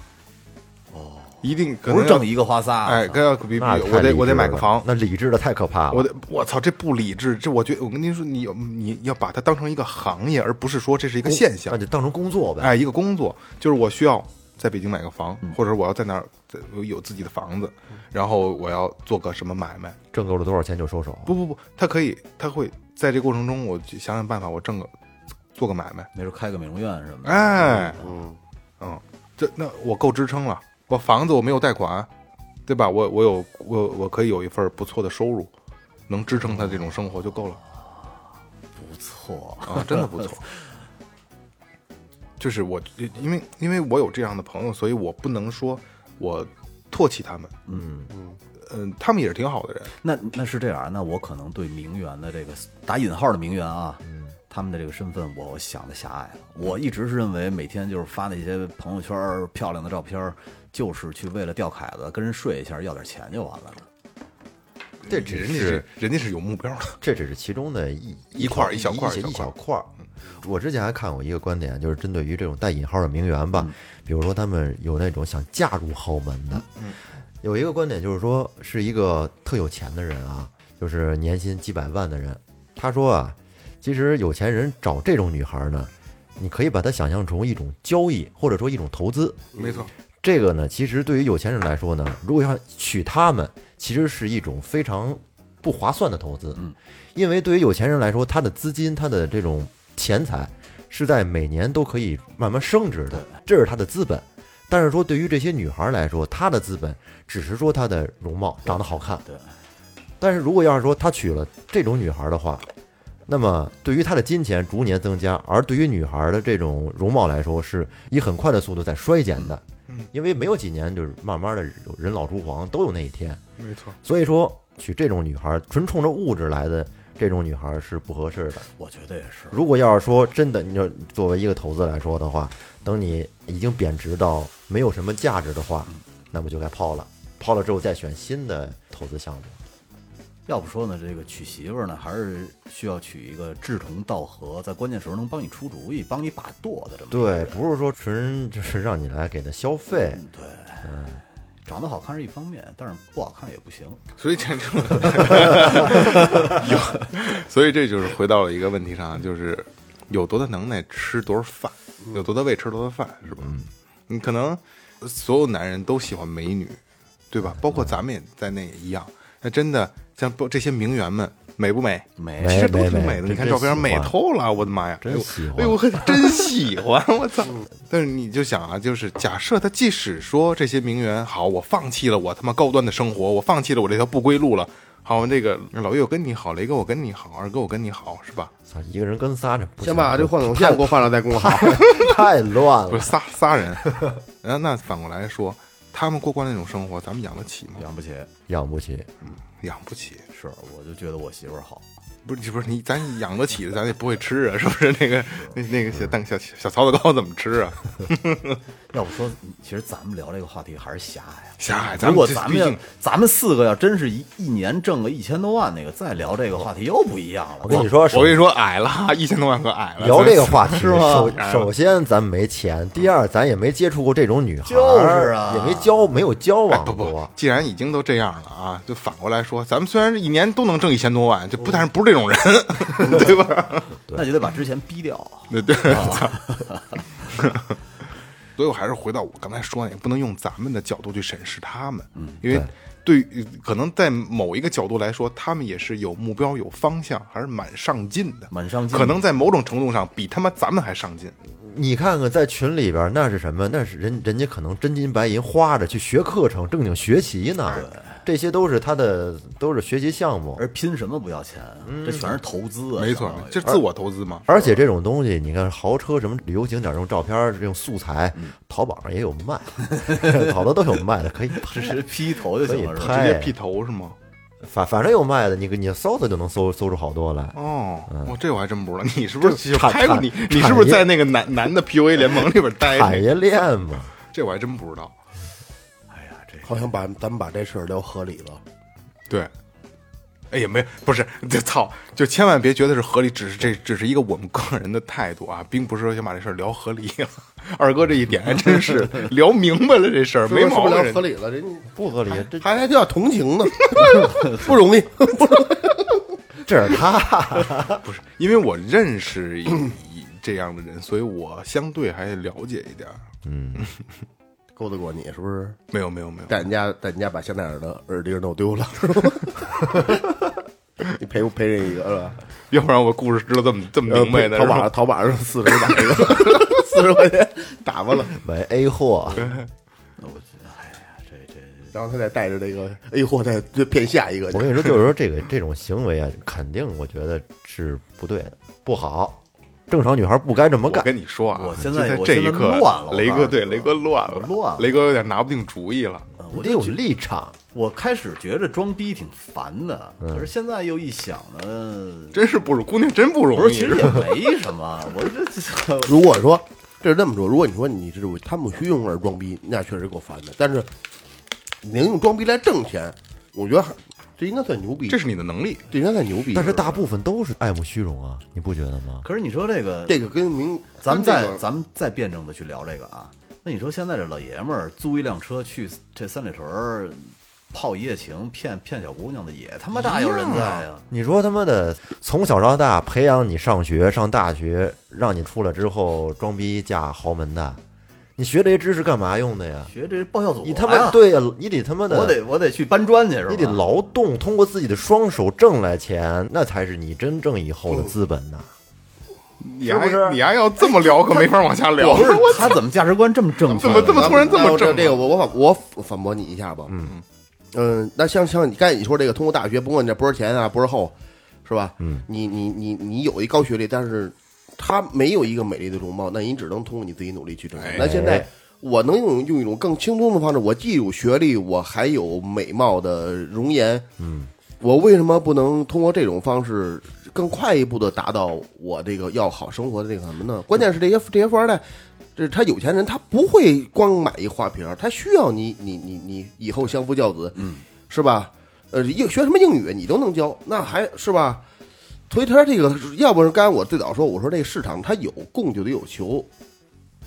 [SPEAKER 3] 哦，一定可
[SPEAKER 5] 不
[SPEAKER 3] 能
[SPEAKER 5] 是
[SPEAKER 3] 要
[SPEAKER 5] 挣一个花仨。
[SPEAKER 3] 哎，
[SPEAKER 5] 我操
[SPEAKER 3] 该要比比，
[SPEAKER 2] 啊那
[SPEAKER 3] 我
[SPEAKER 2] 太
[SPEAKER 3] 得
[SPEAKER 2] 理
[SPEAKER 3] 我得
[SPEAKER 2] 智
[SPEAKER 3] 买个
[SPEAKER 2] 了
[SPEAKER 3] 房，
[SPEAKER 2] 那理智的太可怕了。
[SPEAKER 3] 我得我操，这不理智，这我觉得我跟您说，你有你要把它当成一个行业，而不是说这是一个现象
[SPEAKER 2] 那，就当成工作呗。
[SPEAKER 3] 哎，一个工作，就是我需要在北京买个房，
[SPEAKER 2] 嗯
[SPEAKER 3] 或者我要在哪儿在有自己的房子，然后我要做个什么买卖，
[SPEAKER 2] 挣够了多少钱就收手。
[SPEAKER 3] 不不不，他可以，他会在这过程中，我就想想办法，我挣个做个买卖，
[SPEAKER 5] 没准开个美容院什么的。
[SPEAKER 3] 哎，
[SPEAKER 4] 嗯，
[SPEAKER 3] 嗯，这那我够支撑了，我房子我没有贷款，对吧？我我有我我可以有一份不错的收入，能支撑他这种生活就够了。
[SPEAKER 5] 不错，
[SPEAKER 3] 啊，真的不错。就是我，因为因为我有这样的朋友，所以我不能说我唾弃他们。嗯嗯、他们也是挺好的人。
[SPEAKER 5] 那那是这样，啊那我可能对名媛的这个打引号的名媛啊，他们的这个身份，我想的狭隘了。我一直是认为每天就是发那些朋友圈儿漂亮的照片儿，就是去为了钓凯子，跟人睡一下，要点钱就完了的。
[SPEAKER 2] 这只
[SPEAKER 3] 人
[SPEAKER 2] 是
[SPEAKER 3] 家是人家是有目标的。
[SPEAKER 2] 这只是其中的一
[SPEAKER 3] *laughs* 一块儿一小块儿
[SPEAKER 2] 一
[SPEAKER 3] 一小
[SPEAKER 2] 一小
[SPEAKER 3] 块儿嗯
[SPEAKER 2] 块儿。嗯我之前还看过一个观点，就是针对于这种带引号的名媛
[SPEAKER 3] 嗯
[SPEAKER 2] 吧，比如说他们有那种想嫁入豪门的，
[SPEAKER 3] 嗯
[SPEAKER 2] 有一个观点就是说是一个特有钱的人啊，就是年薪几百万的人，他说啊，其实有钱人找这种女孩呢，你可以把它想象成一种交易，或者说一种投资。
[SPEAKER 3] 没错，
[SPEAKER 2] 这个呢，其实对于有钱人来说呢，如果要娶她们，其实是一种非常不划算的投资。嗯，因为对于有钱人来说，他的资金、他的这种钱财是在每年都可以慢慢升值的，这是他的资本。但是说对于这些女孩来说，她的资本只是说她的容貌长得好看。
[SPEAKER 5] 对。
[SPEAKER 2] 但是如果要是说他娶了这种女孩的话，那么对于她的金钱逐年增加，而对于女孩的这种容貌来说，是以很快的速度在衰减的。因为没有几年，就是慢慢的人老珠黄，都有那一天。
[SPEAKER 3] 没错。
[SPEAKER 2] 所以说，娶这种女孩，纯冲着物质来的这种女孩是不合适的。
[SPEAKER 5] 我觉得也是，
[SPEAKER 2] 如果要是说真的，你就作为一个投资来说的话，等你已经贬值到没有什么价值的话，那么就该抛了。抛了之后再选新的投资项目。
[SPEAKER 5] 要不说呢，这个娶媳妇儿呢，还是需要娶一个志同道合，在关键时候能帮你出主意、帮你把舵的这么一个
[SPEAKER 2] 对，
[SPEAKER 5] 人
[SPEAKER 2] 不是说纯就是让你来给他消费。
[SPEAKER 5] 对，长得好看是一方面，但是不好看也不行。
[SPEAKER 3] 所
[SPEAKER 2] *laughs*
[SPEAKER 3] 以这种有，所以这就是回到了一个问题上，就是有多大能耐吃多少饭，有多大胃吃多大饭，是
[SPEAKER 2] 嗯
[SPEAKER 3] 吧？你可能所有男人都喜欢美女，对吧？包
[SPEAKER 2] 嗯
[SPEAKER 3] 括咱们也在内也一样。那真的像不这些名媛们美不美？
[SPEAKER 5] 美
[SPEAKER 3] 其实都
[SPEAKER 2] 美
[SPEAKER 3] 挺
[SPEAKER 2] 美
[SPEAKER 3] 美的。
[SPEAKER 2] 真
[SPEAKER 3] 你看
[SPEAKER 2] 真
[SPEAKER 3] 照片
[SPEAKER 2] 喜
[SPEAKER 3] 美
[SPEAKER 2] 欢
[SPEAKER 3] 透了，我的妈呀！
[SPEAKER 2] 真
[SPEAKER 3] 哎呦
[SPEAKER 2] 喜
[SPEAKER 3] 哎
[SPEAKER 2] 欢
[SPEAKER 3] 呦，我可真喜欢，我操！但是你就想啊，就是假设他即使说这些名媛好，我放弃了我他妈高端的生活，我放弃了我这条不归路了。好，那个老岳我跟你好，雷哥我跟你好，二哥我跟你好，是吧？
[SPEAKER 2] 操，一个人跟仨这不
[SPEAKER 4] 先
[SPEAKER 2] 行啊 *laughs*
[SPEAKER 4] 把这换总线给我换了再跟我好。
[SPEAKER 2] 太乱
[SPEAKER 3] *laughs* 不
[SPEAKER 2] 了。
[SPEAKER 3] 是仨仨人，那那反过来说，他们过惯那种生活，咱们养得起吗？
[SPEAKER 5] 养不起，
[SPEAKER 2] 养不起，
[SPEAKER 3] 养不起，
[SPEAKER 5] 是我就觉得我媳妇儿好。
[SPEAKER 3] 不是不是你，咱养得起，咱也不会吃啊，是不是？那个那那个小蛋小小槽子糕怎么吃啊？
[SPEAKER 5] 要不说，其实咱们聊这个话题还是狭隘。啊
[SPEAKER 3] 狭隘，咱
[SPEAKER 5] 如果
[SPEAKER 3] 这
[SPEAKER 5] 咱
[SPEAKER 3] 毕
[SPEAKER 5] 们要
[SPEAKER 3] 竟
[SPEAKER 5] 咱们四个要真是一一年挣个一千多万，那个再聊这个话题又不一样了。
[SPEAKER 2] 我跟你说，
[SPEAKER 3] 我跟你说，矮了， *laughs* 一千多万可矮了。
[SPEAKER 2] 聊这个话题，
[SPEAKER 3] 是吗哎
[SPEAKER 2] 首？首先咱没钱，第二咱也没接触过这种女孩，
[SPEAKER 5] 就是啊
[SPEAKER 2] 也没交没有交
[SPEAKER 3] 哎
[SPEAKER 2] 往
[SPEAKER 3] 不
[SPEAKER 2] 过。
[SPEAKER 3] 不，既然已经都这样了啊，就反过来说，咱们虽然一年都能挣一千多万，就不但是不是这种人， *laughs* 对吧？
[SPEAKER 5] 那就得把之前逼掉。啊
[SPEAKER 3] 对对。操 *laughs* 所以我还是回到我刚才说那个，不能用咱们的角度去审视他们，因为嗯对于可能在某一个角度来说，他们也是有目标、有方向，还是蛮上进的，
[SPEAKER 5] 蛮上进的
[SPEAKER 3] 可能在某种程度上比他妈咱们还上进。
[SPEAKER 2] 你看看在群里边那是什么？那是人人家可能真金白银花着去学课程，正经学习呢。这些都是他的，都是学习项目。
[SPEAKER 5] 而拼什么不要钱啊？
[SPEAKER 2] 嗯
[SPEAKER 5] 这全是投资啊！
[SPEAKER 3] 没错
[SPEAKER 5] 相当，于
[SPEAKER 3] 这是自我投资嘛。
[SPEAKER 2] 而且这种东西，你看豪车什么旅游景点这种照片儿、这种素材，
[SPEAKER 3] 嗯
[SPEAKER 2] 淘宝上也有卖， *laughs* 好多都有卖的，可以拍
[SPEAKER 5] *laughs* 只。是劈头就行
[SPEAKER 2] 可以
[SPEAKER 5] 了，是吧
[SPEAKER 2] 拍
[SPEAKER 3] 直接剃头是吗？
[SPEAKER 2] 反反正有卖的，你你搜搜就能搜搜出好多来。
[SPEAKER 3] 哦，
[SPEAKER 4] 嗯
[SPEAKER 3] 我这我还真不知道，你是不是
[SPEAKER 2] 这产
[SPEAKER 3] 拍过你？
[SPEAKER 2] 产
[SPEAKER 3] 你是
[SPEAKER 2] 产
[SPEAKER 3] 不是
[SPEAKER 2] 业
[SPEAKER 3] 在那个男男的 PUA 联盟里边待
[SPEAKER 2] 产
[SPEAKER 3] 着？
[SPEAKER 2] 业链嘛，
[SPEAKER 3] 这我还真不知道。
[SPEAKER 5] 哎呀，这
[SPEAKER 4] 好像把咱们把这事儿聊合理了。
[SPEAKER 3] 对，哎也没不是，这操，就千万别觉得是合理，只是这只是一个我们个人的态度啊，并不是说想把这事儿聊合理了。二哥这一点还真是
[SPEAKER 4] *laughs*
[SPEAKER 3] 聊明白了这事儿，没
[SPEAKER 4] 是不
[SPEAKER 3] 毛病
[SPEAKER 4] 是聊合
[SPEAKER 3] 人。
[SPEAKER 4] 理了，人家
[SPEAKER 2] 不合理。这
[SPEAKER 4] 还还叫同
[SPEAKER 3] *laughs*
[SPEAKER 4] 情呢，不容易。
[SPEAKER 2] 这是他，
[SPEAKER 3] 不是，因为我认识一一这样的人，所以我相对还了解一点儿。
[SPEAKER 4] *laughs* 勾搭过你是不是？
[SPEAKER 3] 没有没有
[SPEAKER 4] *laughs*
[SPEAKER 3] 没有，
[SPEAKER 4] 在你家，在你家把香奈儿的耳钉弄 *laughs* 丢了，是吧？你赔不赔人一个是吧？呃
[SPEAKER 3] 要不然我故事知道这么这么明白的。
[SPEAKER 4] 淘
[SPEAKER 3] 是吧
[SPEAKER 4] 宝上淘宝上四十买一个，四十块钱打发了，
[SPEAKER 2] 买 A 货，
[SPEAKER 4] 然后他再带着这个 A 货再再骗下一个去
[SPEAKER 2] 我。跟你说，就是说这个这种行为啊，肯定我觉得是不对的，不好。正常女孩不该这么
[SPEAKER 3] 我
[SPEAKER 2] 干。
[SPEAKER 3] 跟你说啊，
[SPEAKER 5] 我
[SPEAKER 3] 现
[SPEAKER 5] 现在我
[SPEAKER 3] 这
[SPEAKER 5] 现
[SPEAKER 3] 一
[SPEAKER 5] 在
[SPEAKER 3] 刻
[SPEAKER 5] 乱了我
[SPEAKER 3] 雷
[SPEAKER 5] 告
[SPEAKER 3] 哥
[SPEAKER 5] 诉
[SPEAKER 3] 对
[SPEAKER 5] 你
[SPEAKER 3] 雷哥乱了，
[SPEAKER 5] 我乱了
[SPEAKER 3] 雷哥有点拿不定主意了。
[SPEAKER 5] 嗯
[SPEAKER 2] 你
[SPEAKER 5] 我
[SPEAKER 2] 得
[SPEAKER 5] 就
[SPEAKER 2] 有
[SPEAKER 5] 觉
[SPEAKER 2] 立场，
[SPEAKER 5] 我开始觉着装逼挺烦的，
[SPEAKER 2] 嗯
[SPEAKER 5] 可是现在又一想呢，
[SPEAKER 3] 真是不容姑娘真不容易。
[SPEAKER 5] 不是，其实也没什么，我这 *laughs*
[SPEAKER 4] 如果说这是这么说，如果你说你这种他们虚荣而装逼，那确实够烦的。但是你能用装逼来挣钱，我觉得还这应该算牛逼，
[SPEAKER 3] 这是你的能力。
[SPEAKER 4] 这应该算牛逼。
[SPEAKER 2] 但是
[SPEAKER 4] 吧
[SPEAKER 2] 大部分都是爱慕虚荣啊，你不觉得吗？
[SPEAKER 5] 可是你说这个，
[SPEAKER 4] 这个跟明
[SPEAKER 5] 咱们
[SPEAKER 4] 跟这
[SPEAKER 5] 再
[SPEAKER 4] 个
[SPEAKER 5] 咱们再辩证的去聊这个啊。那你说现在这老爷们儿租一辆车去这三里屯儿泡一夜情，骗骗小姑娘的也他妈大有人在啊呀、
[SPEAKER 2] 你说他妈的，从小到大培养你上学、上大学，让你出来之后装逼嫁豪门的，你学这些知识干嘛用的呀？
[SPEAKER 5] 学这报效祖国
[SPEAKER 2] 你
[SPEAKER 5] 呀、
[SPEAKER 2] 他
[SPEAKER 3] 啊
[SPEAKER 2] 妈对呀，你得他妈的，
[SPEAKER 5] 我得我得去搬砖去是吧？
[SPEAKER 2] 你得劳动，通过自己的双手挣来钱，那才是你真正以后的资本呐。
[SPEAKER 3] 你
[SPEAKER 2] 是不
[SPEAKER 3] 还
[SPEAKER 2] 是
[SPEAKER 3] 你还要这么聊，可没法往下聊。
[SPEAKER 5] 不是哎 *laughs* 他怎么价值观这么正确？
[SPEAKER 3] 怎么这么突然这
[SPEAKER 4] 那
[SPEAKER 3] 么
[SPEAKER 4] 我
[SPEAKER 3] 正？
[SPEAKER 4] 这啊个我我反我反驳你一下吧。嗯嗯，那像像你刚才你说这个，通过大学，甭管你这博士前啊，博士后，是吧？嗯，你你你你有一高学历，但是他没有一个美丽的容貌，那你只能通过你自己努力去挣钱
[SPEAKER 3] 哎。
[SPEAKER 4] 那现在我能用用一种更轻松的方式，我既有学历，我还有美貌的容颜，嗯，我为什么不能通过这种方式？更快一步的达到我这个要好生活的这个什么呢？关键是这些这些富二代，这是他有钱人，他不会光买一花瓶儿，他需要你，你，你，你以后相夫教子，嗯，是吧？呃，英学什么英语你都能教，那还是吧？所以他这个，要不然刚才我最早说，我说这个市场它有供就得有求，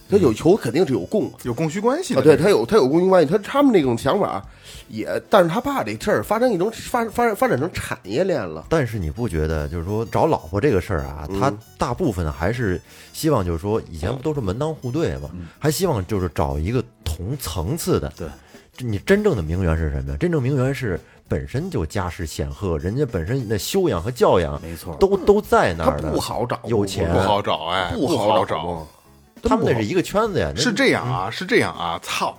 [SPEAKER 4] 它有求肯定是有供
[SPEAKER 3] 有供需关系
[SPEAKER 4] 啊，
[SPEAKER 3] 的。
[SPEAKER 4] 对他有他有供应关系，他他们那种想法也，但是他怕这事儿发生一种发发发展成产业链了，
[SPEAKER 2] 但是你不觉得，就是说找老婆这个事儿啊，他大部分还是希望，就是说以前不都是门当户对嘛，还希望就是找一个同层次的。
[SPEAKER 5] 对，
[SPEAKER 2] 你真正的名媛是什么呀？真正名媛是本身就家世显赫，人家本身的修养和教养，
[SPEAKER 5] 没错
[SPEAKER 2] 都都在那
[SPEAKER 4] 他
[SPEAKER 2] 儿的。
[SPEAKER 4] 不好找，
[SPEAKER 2] 有钱
[SPEAKER 3] 不好找哎，
[SPEAKER 4] 不
[SPEAKER 3] 好
[SPEAKER 4] 好找，
[SPEAKER 2] 他们那是一个圈子呀。那
[SPEAKER 3] 是这样啊，是这样啊，操！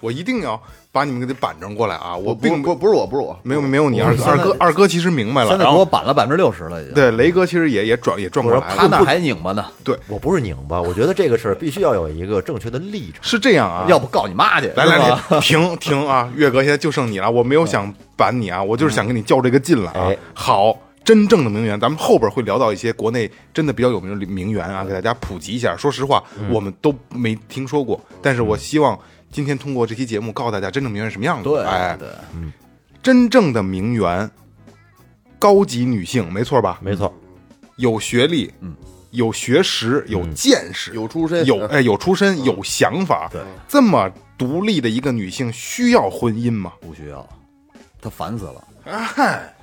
[SPEAKER 3] 我一定要把你们给板正过来啊！我
[SPEAKER 4] 我不
[SPEAKER 3] 并
[SPEAKER 4] 不不是我不是我，
[SPEAKER 3] 没有没有你二哥
[SPEAKER 5] 现在
[SPEAKER 3] 二哥二哥其实明白了，
[SPEAKER 5] 现在
[SPEAKER 3] 然
[SPEAKER 5] 给我
[SPEAKER 3] 后
[SPEAKER 5] 板了百分之六十了已经。，
[SPEAKER 3] 对雷哥其实也也转也转过来
[SPEAKER 5] 他
[SPEAKER 3] 了。
[SPEAKER 5] 那还拧巴呢，
[SPEAKER 2] 我不是拧巴，我觉得这个事儿必须要有一个正确的立场。
[SPEAKER 3] 是这样啊，
[SPEAKER 5] 要不告你妈去？
[SPEAKER 3] 来来
[SPEAKER 5] 是吧
[SPEAKER 3] 来，停
[SPEAKER 5] *laughs*
[SPEAKER 3] 停啊！岳哥，现在就剩你了，我没有想板你啊，我就是想跟你较这个劲了
[SPEAKER 5] 嗯
[SPEAKER 3] 啊
[SPEAKER 2] 哎。
[SPEAKER 3] 好，真正的名媛，咱们后边会聊到一些国内真的比较有名的名媛啊，给大家普及一下。说实话，
[SPEAKER 5] 嗯
[SPEAKER 3] 我们都没听说过，但是我希望今天通过这期节目告诉大家真正名媛是什么样子。
[SPEAKER 5] 对
[SPEAKER 3] 哎，
[SPEAKER 5] 对，
[SPEAKER 3] 真正的名媛，高级女性，没错
[SPEAKER 5] 嗯
[SPEAKER 3] 吧？
[SPEAKER 2] 没错，
[SPEAKER 3] 有学历，嗯，有学识，有
[SPEAKER 5] 嗯
[SPEAKER 3] 见识，
[SPEAKER 4] 有出身
[SPEAKER 3] 有哎有出身，有想法，
[SPEAKER 5] 对，
[SPEAKER 3] 这么独立的一个女性需要婚姻吗？
[SPEAKER 5] 不需要，他烦死了。
[SPEAKER 3] 哎，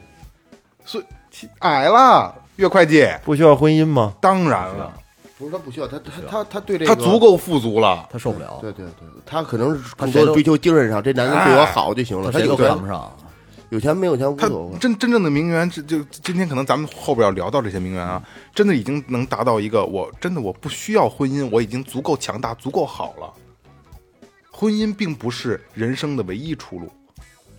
[SPEAKER 3] 所以其矮了，岳会计，
[SPEAKER 2] 不需要婚姻吗？
[SPEAKER 3] 当然了，
[SPEAKER 4] 不是他不需要，他他他他对这个
[SPEAKER 3] 她足够富足了。
[SPEAKER 5] 他受不了，
[SPEAKER 4] 对对对，他可能是更
[SPEAKER 5] 谁
[SPEAKER 4] 多
[SPEAKER 5] 都
[SPEAKER 4] 追求精神上，这男人对我好就行了。他
[SPEAKER 5] 谁
[SPEAKER 4] 有
[SPEAKER 5] 都看不
[SPEAKER 4] 钱，
[SPEAKER 5] 上。
[SPEAKER 4] 有钱没有钱无
[SPEAKER 3] 她
[SPEAKER 4] 所谓。
[SPEAKER 3] 真真正的名媛，这就今天可能咱们后边要聊到这些名媛啊，
[SPEAKER 4] 嗯
[SPEAKER 3] 真的已经能达到一个我真的我不需要婚姻，我已经足够强大，足够好了。婚姻并不是人生的唯一出路，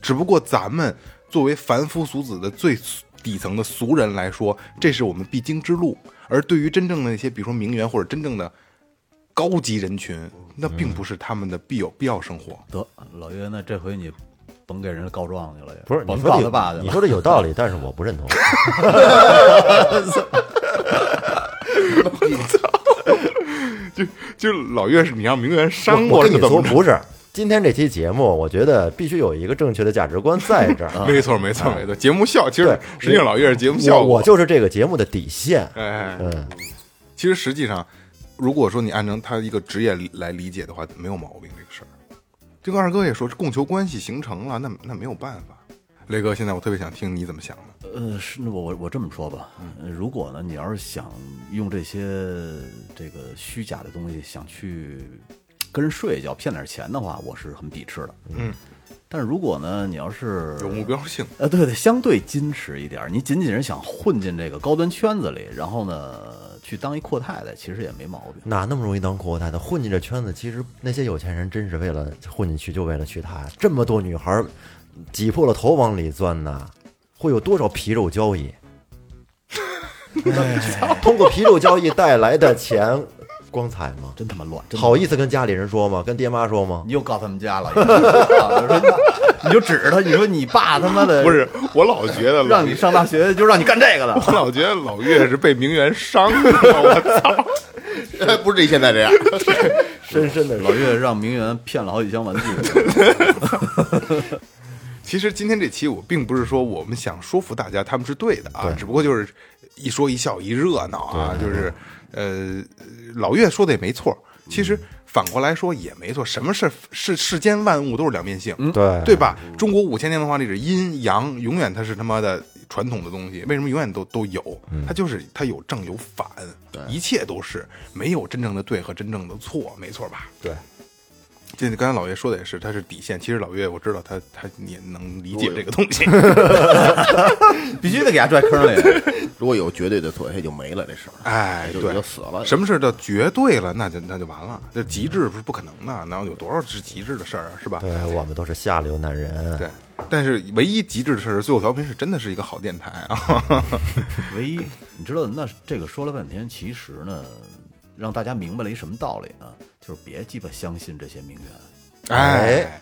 [SPEAKER 3] 只不过咱们作为凡夫俗子的最底层的俗人来说，这是我们必经之路。而对于真正的那些，比如说名媛或者真正的高级人群，那并
[SPEAKER 4] 嗯
[SPEAKER 3] 不是他们的必有必要生活。
[SPEAKER 4] *laughs*
[SPEAKER 5] 得，老岳，那这回你甭给人家告状去了，也
[SPEAKER 2] 不是，你
[SPEAKER 5] 甭
[SPEAKER 2] 说
[SPEAKER 5] 告
[SPEAKER 2] 的
[SPEAKER 5] 他爸
[SPEAKER 2] 有
[SPEAKER 5] 去
[SPEAKER 2] 你
[SPEAKER 5] 了。
[SPEAKER 2] 说的有道理，但是我不认同。
[SPEAKER 3] 就老岳是你让名媛伤
[SPEAKER 2] 我
[SPEAKER 3] 过了，
[SPEAKER 2] 跟你
[SPEAKER 3] 可怎
[SPEAKER 2] 说
[SPEAKER 3] 么着？
[SPEAKER 2] 不是，今天这期节目，我觉得必须有一个正确的价值观在
[SPEAKER 3] *laughs*
[SPEAKER 2] 这儿。
[SPEAKER 3] 没错，没错，没错。节目效，其实
[SPEAKER 2] 啊对
[SPEAKER 3] 实际上老岳是节目啊效
[SPEAKER 2] 我
[SPEAKER 3] 果。
[SPEAKER 2] 我就是这个节目的底线。
[SPEAKER 3] 哎，
[SPEAKER 2] 嗯，
[SPEAKER 3] 其实实际上，如果说你按照他一个职业来理解的话，没有毛病这个事儿。这个二哥也说，这供求关系形成了，那那没有办法。雷哥，现在我特别想听你怎么想的。
[SPEAKER 5] 呃，是那我我我这么说吧，
[SPEAKER 2] 嗯
[SPEAKER 5] 呃如果呢，你要是想用这些这个虚假的东西想去跟人睡一觉骗点钱的话，我是很鄙视的。
[SPEAKER 3] 嗯，
[SPEAKER 5] 但是如果呢，你要是
[SPEAKER 3] 有目标性，
[SPEAKER 5] 呃，对对，相对矜持一点儿。你仅仅是想混进这个高端圈子里，然后呢，去当一阔太太，其实也没毛病。
[SPEAKER 2] 哪那么容易当阔太太？混进这圈子，其实那些有钱人真是为了混进去，就为了娶她。这么多女孩儿挤破了头往里钻呐，会有多少皮肉交
[SPEAKER 3] *laughs*
[SPEAKER 2] 易？哎通过皮肉交易带来的钱，光彩吗？
[SPEAKER 5] 真他妈乱，真他妈
[SPEAKER 2] 好意思跟家里人说吗？跟爹妈说吗？
[SPEAKER 5] 你又告他们家了，你说 *laughs* 你就指着他，你说你爸他妈的
[SPEAKER 3] 不是？我老觉得老
[SPEAKER 5] 让你上大学就让你干这个
[SPEAKER 3] 我
[SPEAKER 5] 的，
[SPEAKER 3] 老觉得老岳是被名媛伤的，我操！
[SPEAKER 4] 不是这现在这样，
[SPEAKER 2] 深深的
[SPEAKER 5] 老岳让名媛骗了好几
[SPEAKER 3] *laughs*
[SPEAKER 5] 箱玩具。
[SPEAKER 3] 其实今天这期我并不是说我们想说服大家他们是对的啊，只不过就是一说一笑一热闹啊，就是呃，老岳说的也没错，其实反过来说也没错，什么事世世间万物都是两面性，
[SPEAKER 2] 对
[SPEAKER 3] 对吧？中国五千年文化历史，阴阳永远它是他妈的传统的东西，为什么永远都都有？
[SPEAKER 2] 嗯
[SPEAKER 3] 它就是它有正有反，一切都是没有真正的对和真正的错，没错吧？
[SPEAKER 2] 对，
[SPEAKER 3] 就你刚才老岳说的也是，他是底线。其实老岳我知道他他也能理解这个东西，
[SPEAKER 2] *laughs*
[SPEAKER 5] 必须得给他拽坑里。 *laughs*
[SPEAKER 4] 如果有绝对的错，也就没了这事儿，
[SPEAKER 3] 哎，
[SPEAKER 4] 就
[SPEAKER 3] 对
[SPEAKER 4] 就，死了。
[SPEAKER 3] 什么事儿叫绝对了，那就那就完了，这极致不是不可能的，然后有多少是极致的事儿啊，是吧？
[SPEAKER 2] 对，我们都是下流男人。
[SPEAKER 3] 对，但是唯一极致的事儿，最后调频是真的是一个好电台啊，
[SPEAKER 5] 唯一你知道，那这个说了半天，其实呢，让大家明白了一什么道理呢？就是别鸡巴相信这些名
[SPEAKER 3] *laughs*
[SPEAKER 5] 媛，
[SPEAKER 3] 哎，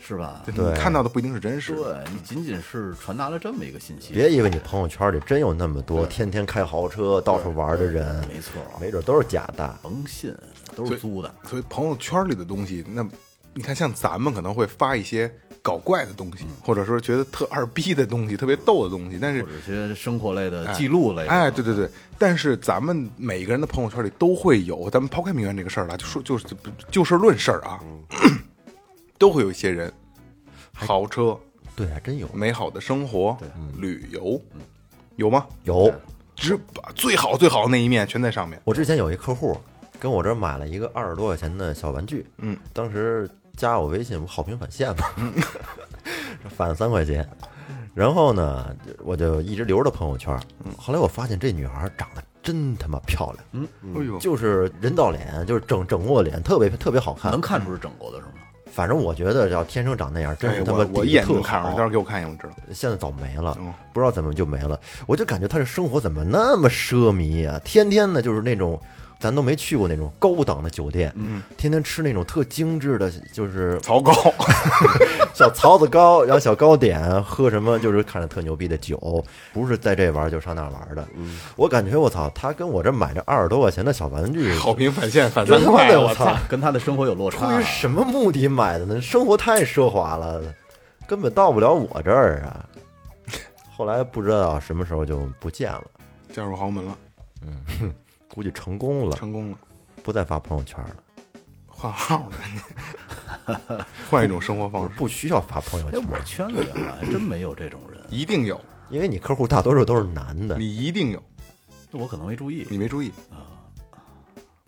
[SPEAKER 5] 是吧？
[SPEAKER 3] 你
[SPEAKER 2] 对
[SPEAKER 3] 看到的不一定是真实的，
[SPEAKER 5] 对你仅仅是传达了这么一个信息，
[SPEAKER 2] 别以为你朋友圈里真有那么多天天开豪车到处玩的人，
[SPEAKER 5] 没错，
[SPEAKER 2] 没准都是假的。
[SPEAKER 5] 甭信，都是租的。
[SPEAKER 3] 所以朋友圈里的东西，那你看，像咱们可能会发一些搞怪的东西，
[SPEAKER 2] 嗯
[SPEAKER 3] 或者说觉得特二逼的东西，特别逗的东西，但是
[SPEAKER 5] 或。者些生活类的记录类的，
[SPEAKER 3] 哎，对对对，但是咱们每个人的朋友圈里都会有，咱们抛开名媛这个事儿来，
[SPEAKER 2] 嗯
[SPEAKER 3] 就说就是就就事论事儿啊， *clears throat* 都会有一些人，豪车、
[SPEAKER 2] 对，还真有
[SPEAKER 3] 美好的生活、
[SPEAKER 2] 嗯
[SPEAKER 3] 旅游，有吗？
[SPEAKER 2] 有。
[SPEAKER 3] 只把最好最好的那一面全在上面。
[SPEAKER 2] 我之前有一客户跟我这儿买了一个二十多块钱的小玩具，
[SPEAKER 3] 嗯，
[SPEAKER 2] 当时加我微信，不好评返现嘛，返三块钱。然后呢，我就一直留着朋友圈。
[SPEAKER 3] 嗯
[SPEAKER 2] 后来我发现这女孩长得真他妈漂亮，嗯，
[SPEAKER 3] 哎呦，
[SPEAKER 2] 就是人造脸，就是整整过脸，特别特别好看
[SPEAKER 3] 嗯
[SPEAKER 5] 能。看出是整过的是吗？
[SPEAKER 2] 反正我觉得要天生长那样，真
[SPEAKER 3] 哎
[SPEAKER 2] 是他妈
[SPEAKER 3] 我我一眼
[SPEAKER 2] 底子
[SPEAKER 3] 就
[SPEAKER 2] 特
[SPEAKER 3] 看
[SPEAKER 2] 好
[SPEAKER 3] 上，待会儿给我看一眼，我知道。
[SPEAKER 2] 现在早没了
[SPEAKER 3] 嗯，
[SPEAKER 2] 不知道怎么就没了。我就感觉他这生活怎么那么奢靡啊？天天呢就是那种咱都没去过那种高档的酒店，嗯，天天吃那种特精致的，就是
[SPEAKER 3] 糟糕，
[SPEAKER 2] 小槽子糕，然后小糕点，喝什么就是看着特牛逼的酒，不是在这玩儿就上那玩儿的。我感觉我操，他跟我这买这二十多块钱的小玩具，
[SPEAKER 3] 好评返现返
[SPEAKER 2] 真
[SPEAKER 3] 三
[SPEAKER 2] 的
[SPEAKER 3] 块，
[SPEAKER 2] 我
[SPEAKER 3] 我
[SPEAKER 2] 操！
[SPEAKER 5] 跟他的生活有落差
[SPEAKER 2] 出于
[SPEAKER 5] 啊。
[SPEAKER 2] 什么目的买的呢？生活太奢华了，根本到不了我这儿啊。后来不知道什么时候就不见了，
[SPEAKER 3] 嫁入豪门了，
[SPEAKER 2] 估计成功了，
[SPEAKER 3] 成功了，
[SPEAKER 2] 不再发朋友圈了，
[SPEAKER 3] 换号了，换一种生活方式，
[SPEAKER 2] 不需要发朋友
[SPEAKER 5] 哎
[SPEAKER 2] 圈，，
[SPEAKER 5] 我圈里好像还真没有这种人，
[SPEAKER 3] 一定有，
[SPEAKER 2] 因为你客户大多数都是男的，
[SPEAKER 3] 你一定有，
[SPEAKER 5] 我可能没注意。
[SPEAKER 3] 你没注意，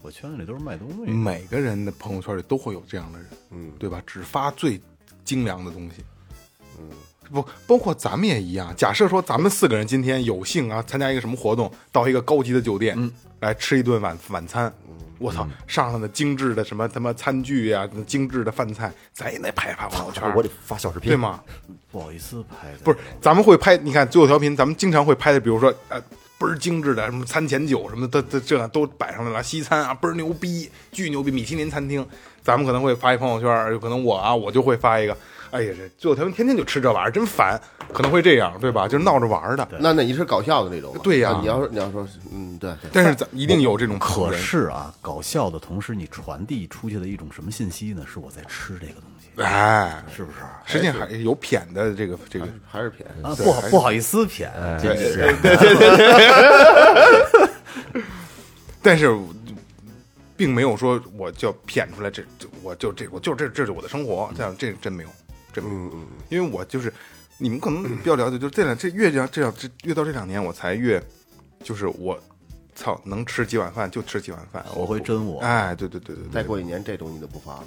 [SPEAKER 5] 我圈子里都是卖东西，
[SPEAKER 3] 每个人的朋友圈里都会有这样的人，嗯，对吧？只发最精良的东西，嗯，不，包括咱们也一样。假设说咱们四个人今天有幸啊，参加一个什么活动，到一个高级的酒店，嗯，来吃一顿晚晚餐，
[SPEAKER 2] 嗯
[SPEAKER 3] 我操，上上的精致的什么他妈餐具呀、精致的饭菜，咱也得拍一拍朋友圈，
[SPEAKER 2] 我得发小视频，
[SPEAKER 3] 对？吗？
[SPEAKER 5] 不好意思拍的。
[SPEAKER 3] 不是，咱们会拍，你看最后调频，咱们经常会拍的，比如说呃倍儿精致的什么餐前酒什么的，这这都摆上来了，西餐啊倍儿牛逼，巨牛逼，米其林餐厅，咱们可能会发一朋友圈，有可能我啊我就会发一个，哎呀，这做他们天天就吃这玩意儿，真烦，可能会这样，对吧？就是闹着玩儿的。
[SPEAKER 4] 那那你是搞笑的那种吧？
[SPEAKER 3] 对呀
[SPEAKER 4] 啊你要是你要说，嗯，对，对
[SPEAKER 3] 但是咱一定有这种
[SPEAKER 5] 可
[SPEAKER 3] 人，
[SPEAKER 5] 是啊，搞笑的同时，你传递出去的一种什么信息呢？是我在吃这个东西，
[SPEAKER 3] 哎，
[SPEAKER 5] 是不是？啊，
[SPEAKER 3] 实际上还有谝的这个这个，
[SPEAKER 4] 还是便宜。
[SPEAKER 5] 不好不好意思谝，
[SPEAKER 3] 哎
[SPEAKER 5] 这是
[SPEAKER 3] 但是并没有说我就骗出来这，这我就这我就这这是我的生活，这样这真没有，真没有，因为我就是你们可能比较了解，就是这两这越这样这样这越到这两年，我才越就是我操能吃几碗饭就吃几碗饭，
[SPEAKER 5] 我会真我
[SPEAKER 3] 哎，对对对对
[SPEAKER 4] 再
[SPEAKER 3] 对，
[SPEAKER 4] 过一年，这东西就不发了。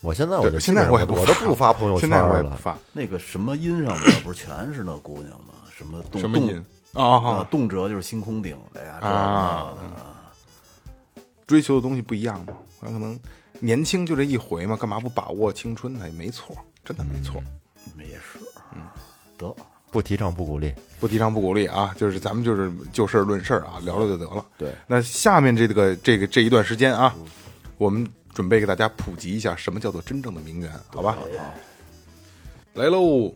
[SPEAKER 2] 我现在我就
[SPEAKER 3] 对现在
[SPEAKER 2] 我
[SPEAKER 3] 我也不
[SPEAKER 2] 我都不发朋友圈
[SPEAKER 3] 现在我也不
[SPEAKER 2] 了，
[SPEAKER 3] 发
[SPEAKER 5] 那个什么音上面不是全是那姑娘吗？什么动
[SPEAKER 3] 什么
[SPEAKER 5] 动
[SPEAKER 3] 音啊
[SPEAKER 2] 嗯
[SPEAKER 5] 啊，，动辄就是星空顶的呀，这
[SPEAKER 3] 啊
[SPEAKER 5] 那的
[SPEAKER 3] 追求的东西不一样嘛，我可能年轻就这一回嘛，干嘛不把握青春呢？也没错，真的没错。嗯
[SPEAKER 5] 你们也是，得
[SPEAKER 2] 不提倡不鼓励。
[SPEAKER 3] 不提倡不鼓励啊，就是咱们就是就事儿论事儿啊，聊聊就得了。
[SPEAKER 4] 对，
[SPEAKER 3] 那下面这个这个这一段时间啊，我们准备给大家普及一下什么叫做真正的名媛，好吧？来喽，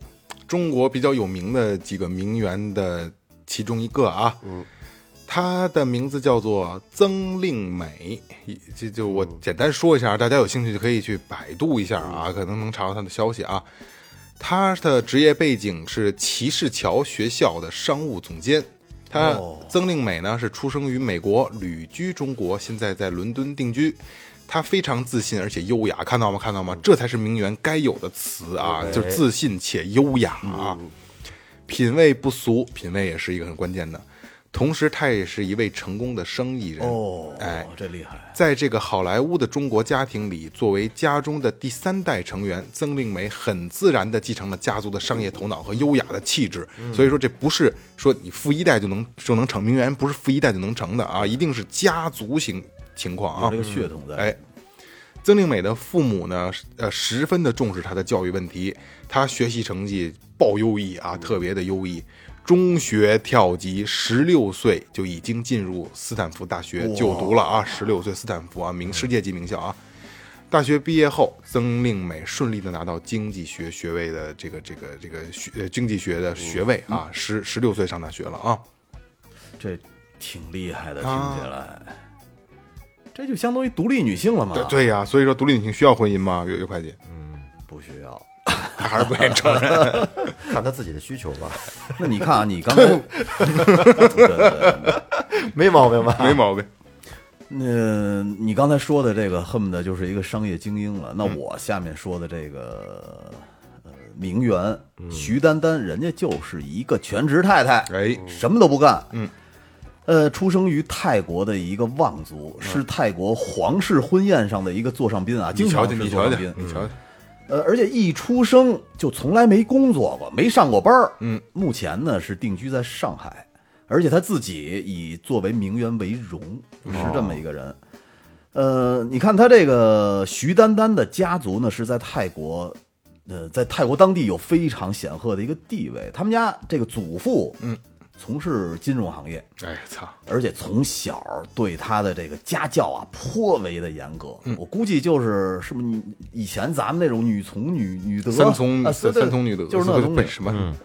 [SPEAKER 3] 中国比较有名的几个名媛的其中一个啊，嗯，她的名字叫做曾令美，一这就我简单说一下，大家有兴趣就可以去百度一下啊，可能能查到她的消息啊。他的职业背景是骑士桥学校的商务总监。他曾令美呢是出生于美国，旅居中国，现在在伦敦定居。他非常自信而且优雅，看到吗？看到吗？这才是名媛该有的词啊，就是自信且优雅啊。品味不俗，品味也是一个很关键的。同时，他也是一位成功的生意人。
[SPEAKER 5] 哦，
[SPEAKER 3] 哎，
[SPEAKER 5] 这厉害，
[SPEAKER 3] 在这个好莱坞的中国家庭里，作为家中的第三代成员，曾令美很自然地继承了家族的商业头脑和优雅的气质。所以说，这不是说你富一代就能就能成名媛，不是富一代就能成的啊，一定是家族型情况啊。
[SPEAKER 5] 有这个血统在，
[SPEAKER 3] 哎，曾令美的父母呢，呃，十分的重视她的教育问题，她学习成绩爆优异啊，特别的优异。中学跳级，十六岁就已经进入斯坦福大学就读了啊！十六岁斯坦福啊，名世界级名校啊！大学毕业后，曾令美顺利的拿到经济学学位的这个这个这个学呃经济学的学位啊，十十六岁上大学了啊！
[SPEAKER 5] 这挺厉害的，听起来，这就相当于独立女性了嘛？
[SPEAKER 3] 对，对呀、所以说独立女性需要婚姻吗？岳岳会 *laughs* 计，
[SPEAKER 5] 不需要。
[SPEAKER 3] 他还是不愿意承认。
[SPEAKER 2] 看他自己的需求吧，
[SPEAKER 5] 那你看啊，你刚才
[SPEAKER 2] 没毛病
[SPEAKER 3] *laughs*
[SPEAKER 2] 吧？
[SPEAKER 3] *laughs* 没毛病。
[SPEAKER 5] 那你刚才说的这个，恨不得就是一个商业精英了。
[SPEAKER 3] 嗯
[SPEAKER 5] 那我下面说的这个，呃，名媛
[SPEAKER 3] 嗯
[SPEAKER 5] 徐丹丹，人家就是一个全职太太，
[SPEAKER 3] 哎
[SPEAKER 5] 什么都不干，
[SPEAKER 3] 嗯，
[SPEAKER 5] 呃，出生于泰国的一个望族，
[SPEAKER 3] 嗯
[SPEAKER 5] 是泰国皇室婚宴上的一个座上宾啊，经
[SPEAKER 3] 你瞧
[SPEAKER 5] 常
[SPEAKER 3] 瞧，
[SPEAKER 5] 是
[SPEAKER 3] 你瞧嗯
[SPEAKER 5] 座上
[SPEAKER 3] 瞧，
[SPEAKER 5] 宾，
[SPEAKER 3] 你瞧瞧。
[SPEAKER 5] 呃，而且一出生就从来没工作过，没上过班儿。
[SPEAKER 3] 嗯，
[SPEAKER 5] 目前呢是定居在上海，而且他自己以作为名媛为荣，是这么一个人。呃，你看他这个徐丹丹的家族呢是在泰国，呃，在泰国当地有非常显赫的一个地位。他们家这个祖父，嗯，从事金融行业，
[SPEAKER 3] 哎操，
[SPEAKER 5] 而且从小对他的这个家教啊颇为的严格。
[SPEAKER 3] 嗯
[SPEAKER 5] 我估计就是是不是你以前咱们那种女从女女德
[SPEAKER 3] 三从
[SPEAKER 5] 啊
[SPEAKER 3] 三
[SPEAKER 5] 对
[SPEAKER 3] 三从女德，
[SPEAKER 5] 就是那种
[SPEAKER 3] 本什么？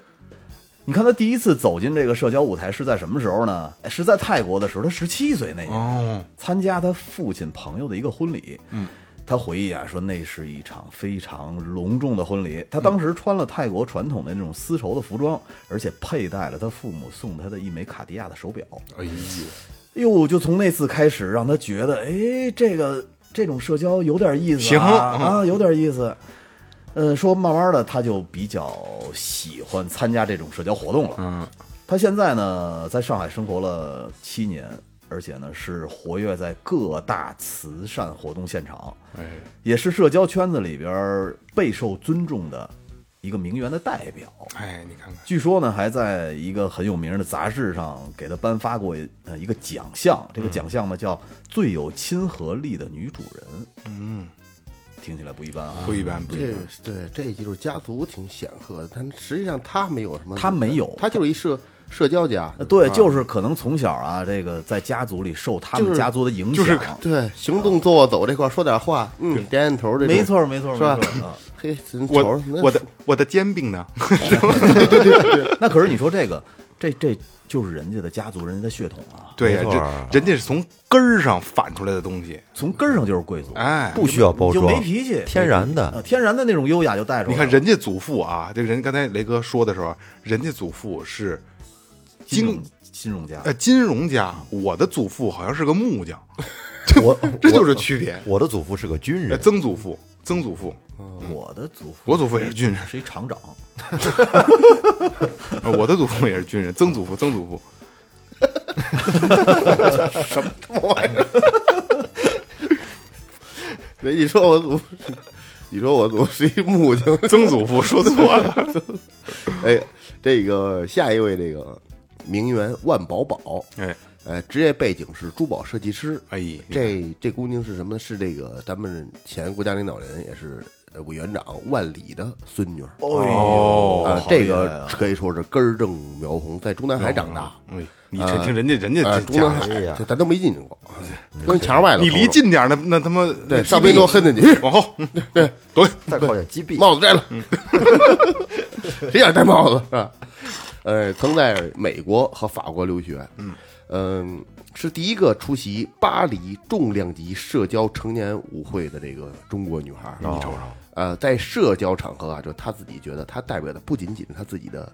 [SPEAKER 5] 你看他第一次走进这个社交舞台是在什么时候呢？哎是在泰国的时候，他十七岁那年。
[SPEAKER 3] 哦，
[SPEAKER 5] 参加他父亲朋友的一个婚礼。嗯，他回忆啊说，那是一场非常隆重的婚礼。他当时穿了泰国传统的那种丝绸的服装，而且佩戴了他父母送他的一枚卡地亚的手表。
[SPEAKER 3] 哎呦，
[SPEAKER 5] 哎呦，就从那次开始，让他觉得，哎，这个这种社交有点意思
[SPEAKER 3] 行
[SPEAKER 5] 啊，
[SPEAKER 3] 嗯
[SPEAKER 5] 啊，有点意思。呃，说慢慢的，他就比较喜欢参加这种社交活动了。
[SPEAKER 3] 嗯，
[SPEAKER 5] 他现在呢，在上海生活了七年，而且呢是活跃在各大慈善活动现场，
[SPEAKER 3] 哎，
[SPEAKER 5] 也是社交圈子里边儿备受尊重的一个名媛的代表。
[SPEAKER 3] 哎，你看看，
[SPEAKER 5] 据说呢，还在一个很有名的杂志上给她颁发过呃一个奖项，这个奖项呢叫最有亲和力的女主人。嗯，听起来不一般啊。
[SPEAKER 3] 不一般，不一
[SPEAKER 4] 这
[SPEAKER 3] 般。
[SPEAKER 4] 对这就是家族挺显赫的，但实际上他没有什么，
[SPEAKER 5] 他没有
[SPEAKER 4] 他就是一社社交家，
[SPEAKER 3] 啊
[SPEAKER 5] 呃对，就是可能从小啊，这个在家族里受他
[SPEAKER 4] 就
[SPEAKER 5] 们
[SPEAKER 4] 是
[SPEAKER 5] 家族的影响，
[SPEAKER 3] 就是
[SPEAKER 4] 对，行动坐卧走这块儿说点话，嗯，点点头这种
[SPEAKER 5] 没，错没错没
[SPEAKER 4] 是吧
[SPEAKER 5] 错。嗯
[SPEAKER 4] 嘿，真瞅
[SPEAKER 3] 我
[SPEAKER 4] 瞅那
[SPEAKER 3] 我的我的煎饼呢？
[SPEAKER 5] 那可是你说这个，这这就是人家的家族，人家的血统啊，
[SPEAKER 3] 对呀，
[SPEAKER 2] 没错儿
[SPEAKER 3] 这人家是从根儿上反出来的东西。
[SPEAKER 5] 从根儿上就是贵族，
[SPEAKER 3] 哎，
[SPEAKER 2] 不需要包
[SPEAKER 5] 你就
[SPEAKER 2] 装，
[SPEAKER 5] 没脾气，
[SPEAKER 2] 天然的
[SPEAKER 5] 呃天然的那种优雅就带出来了。
[SPEAKER 3] 你看人家祖父啊，这人刚才雷哥说的时候，人家祖父是经
[SPEAKER 5] 金融金融家
[SPEAKER 3] 呃，金融家，我的祖父好像是个木
[SPEAKER 5] *laughs*
[SPEAKER 3] 匠，
[SPEAKER 2] 我
[SPEAKER 3] *laughs* 这就是区别。
[SPEAKER 2] 我的祖父是个军
[SPEAKER 3] 呃
[SPEAKER 2] 人，
[SPEAKER 3] 曾祖父，曾祖父，
[SPEAKER 5] 我的祖父，
[SPEAKER 3] 我祖父也是军人，
[SPEAKER 5] 是一厂长，
[SPEAKER 3] 呃我的祖父也是军人，曾祖父，曾祖父，
[SPEAKER 4] 对你说我祖， *laughs* 你说我祖是一木匠， *laughs*
[SPEAKER 3] 曾祖父说错
[SPEAKER 5] *laughs*
[SPEAKER 3] 了。
[SPEAKER 4] 哎，这个下一位这个名媛万宝宝，
[SPEAKER 3] 哎
[SPEAKER 4] 呃，职业背景是珠宝设计师。
[SPEAKER 3] 哎，你看
[SPEAKER 4] 这这姑娘是什么？是这个咱们前国家领导人，也是呃委员长万里的孙女儿。
[SPEAKER 3] 哦
[SPEAKER 4] 啊
[SPEAKER 5] 好，
[SPEAKER 4] 这
[SPEAKER 5] 厉害
[SPEAKER 4] 个
[SPEAKER 5] 啊
[SPEAKER 4] 可以说是根儿正苗红，在中南海长大。
[SPEAKER 3] 哎，你这听人家人家
[SPEAKER 4] 呃，
[SPEAKER 3] 哦这
[SPEAKER 4] 中南
[SPEAKER 3] 家
[SPEAKER 4] 海
[SPEAKER 3] 伙，
[SPEAKER 2] 哎呀
[SPEAKER 4] 这咱都没进去过，关墙外
[SPEAKER 3] 嗯
[SPEAKER 4] 头。
[SPEAKER 3] 你离，近点儿，那那他妈
[SPEAKER 4] 对，上边都恨的你，
[SPEAKER 3] 往后，嗯对，躲开。
[SPEAKER 2] 再靠点击毙，
[SPEAKER 4] 帽子摘了，
[SPEAKER 3] 嗯
[SPEAKER 4] *laughs* 谁想戴帽子是吧？呃，曾在美国和法国留学，嗯是第一个出席巴黎重量级社交成年舞会的这个中国女孩儿。
[SPEAKER 3] 你瞅瞅，
[SPEAKER 4] 呃，在社交场合啊，就她自己觉得她代表的不仅仅是她自己的，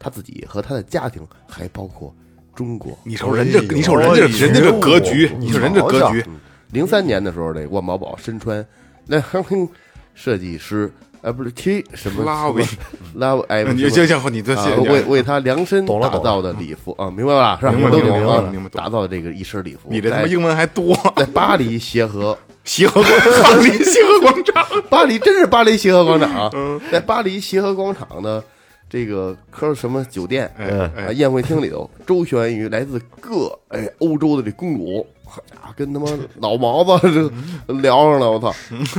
[SPEAKER 4] 她自己和她的家庭，还包括中国。
[SPEAKER 3] 你瞅人家，
[SPEAKER 2] 哎呦
[SPEAKER 3] 你瞅人家，人家这格局，
[SPEAKER 2] 你
[SPEAKER 3] 瞅人这格局，
[SPEAKER 4] 零三年的时候，这万宝宝身穿那 *laughs* 设计师，呃，不是 T 什么
[SPEAKER 3] 拉维
[SPEAKER 4] 什么拉维，哎，
[SPEAKER 3] 你
[SPEAKER 4] 什么
[SPEAKER 3] 行行，你这
[SPEAKER 4] 啊
[SPEAKER 3] 谢谢你
[SPEAKER 4] 为
[SPEAKER 3] 啊。
[SPEAKER 4] 为他量身
[SPEAKER 2] 懂了
[SPEAKER 4] 打造的礼服啊，明白吧？是吧？
[SPEAKER 3] 明白
[SPEAKER 4] 都
[SPEAKER 3] 明白
[SPEAKER 4] 懂
[SPEAKER 3] 明白
[SPEAKER 4] 啊
[SPEAKER 3] 明白，懂
[SPEAKER 4] 打造的这个一身礼服。
[SPEAKER 3] 你这他妈
[SPEAKER 4] 在
[SPEAKER 3] 英文还多，
[SPEAKER 4] 在巴黎协和，
[SPEAKER 3] 协和广
[SPEAKER 4] *laughs*
[SPEAKER 3] 巴黎协和广场，
[SPEAKER 4] 巴黎真是巴黎协和广场啊，
[SPEAKER 3] 嗯
[SPEAKER 4] 在巴黎协和广场的这个科什么酒店
[SPEAKER 3] 哎
[SPEAKER 4] 啊宴会厅里头，周旋于来自各哎欧洲的这公主，好家伙，跟他妈老毛子这
[SPEAKER 3] 嗯
[SPEAKER 4] 聊上了，我操！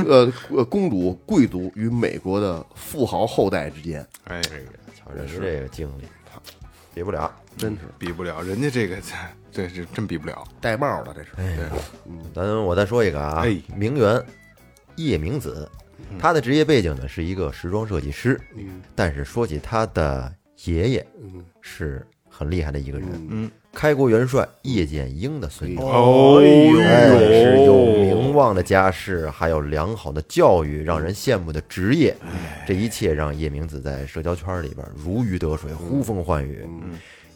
[SPEAKER 4] 呃，呃公主贵族与美国的富豪后代之间，
[SPEAKER 3] 哎，
[SPEAKER 2] 瞧人家这个经历，比不了。
[SPEAKER 4] 真是
[SPEAKER 3] 比不了人家这个，这这真比不了。
[SPEAKER 4] 戴帽的这是。
[SPEAKER 2] 咱我再说一个啊
[SPEAKER 3] 哎，嗯
[SPEAKER 2] 名媛叶明子，她的职业背景呢是一个时装设计师，
[SPEAKER 4] 嗯
[SPEAKER 2] 但是说起她的爷爷，是很厉害的一个人，
[SPEAKER 3] 嗯，
[SPEAKER 2] 开国元帅叶剑英的孙女。
[SPEAKER 3] 哦
[SPEAKER 2] 哎是有名
[SPEAKER 3] 呦，
[SPEAKER 2] 望的家世，还有良好的教育，让人羡慕的职业，这一切让叶明子在社交圈里边如鱼得水，呼风唤雨。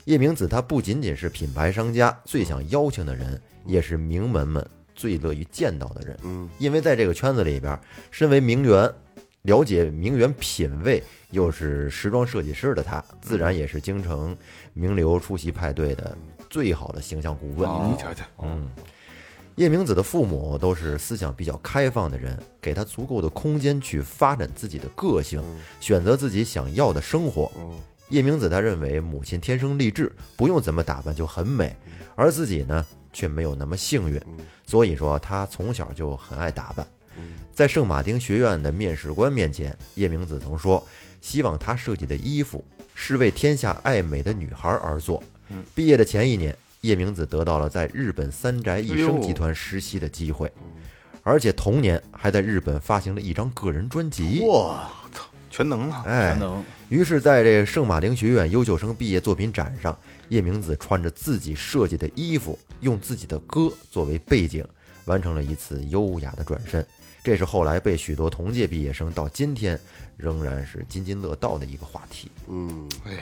[SPEAKER 2] 叶明子她不仅仅是品牌商家最想邀请的人，也是名门们最乐于见到的人。
[SPEAKER 4] 嗯，
[SPEAKER 2] 因为在这个圈子里边，身为名媛，了解名媛品味，又是时装设计师的她，自然也是京城名流出席派对的最好的形象顾问。
[SPEAKER 3] 你瞧瞧，
[SPEAKER 2] 嗯，叶明子的父母都是思想比较开放的人，给她足够的空间去发展自己的个性，选择自己想要的生活。叶明子她认为母亲天生丽质，不用怎么打扮就很美，而自己呢却没有那么幸运，所以说她从小就很爱打扮。在圣马丁学院的面试官面前，叶明子曾说：“希望她设计的衣服是为天下爱美的女孩而做。”毕业的前一年，叶明子得到了在日本三宅一生集团实习的机会，而且同年还在日本发行了一张个人专辑。
[SPEAKER 5] 哇，
[SPEAKER 3] 全能啊了。
[SPEAKER 2] 哎
[SPEAKER 5] 全，能
[SPEAKER 2] 于是在这个圣马丁学院优秀生毕业作品展上，叶明子穿着自己设计的衣服，用自己的歌作为背景，完成了一次优雅的转身。这是后来被许多同届毕业生到今天仍然是津津乐道的一个话题。
[SPEAKER 4] 嗯，
[SPEAKER 3] 哎呀，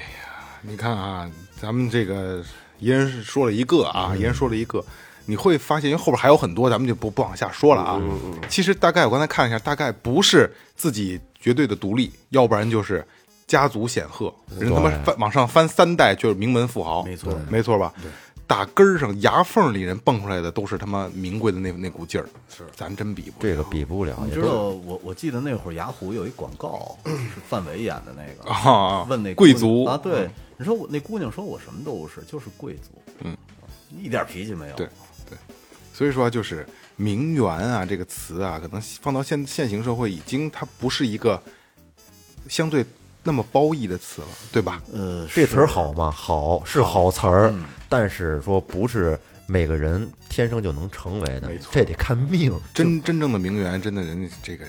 [SPEAKER 3] 你看啊，咱们这个一人说了一个
[SPEAKER 5] 嗯
[SPEAKER 3] 啊，一人说了一个，你会发现，因为后边还有很多，咱们就不不往下说了啊。
[SPEAKER 5] 嗯
[SPEAKER 3] 其实大概我刚才看了一下，大概不是自己绝对的独立，要不然就是。家族显赫，人他妈翻往上翻三代就是名门富豪，
[SPEAKER 5] 嗯没错
[SPEAKER 3] 没错吧？打根儿上牙缝里人蹦出来的都是他妈名贵的那那股劲儿，是咱真比不了
[SPEAKER 2] 这个比不了，
[SPEAKER 5] 啊你
[SPEAKER 2] 也
[SPEAKER 5] 知
[SPEAKER 2] 都
[SPEAKER 5] 道我我记得那会儿雅虎有一广告，是范伟演的那个，
[SPEAKER 3] 啊！
[SPEAKER 5] 问那姑
[SPEAKER 3] 贵
[SPEAKER 5] 娘
[SPEAKER 3] 族嗯
[SPEAKER 5] 啊，对，你说我那姑娘说我什么都不是，就是贵族，嗯，一点脾气没有，
[SPEAKER 2] 呃
[SPEAKER 3] 对对，所以说就是“名媛”啊这个词啊，可能放到现现行社会，已经它不是一个相对那么褒义的词了，对吧？
[SPEAKER 5] 呃，
[SPEAKER 2] 这词儿
[SPEAKER 5] 是
[SPEAKER 2] 好吗？好是好词儿，
[SPEAKER 5] 嗯
[SPEAKER 2] 但是说不是每个人天生就能成为的，这得看命。
[SPEAKER 3] 真真正的名媛，真的人家这个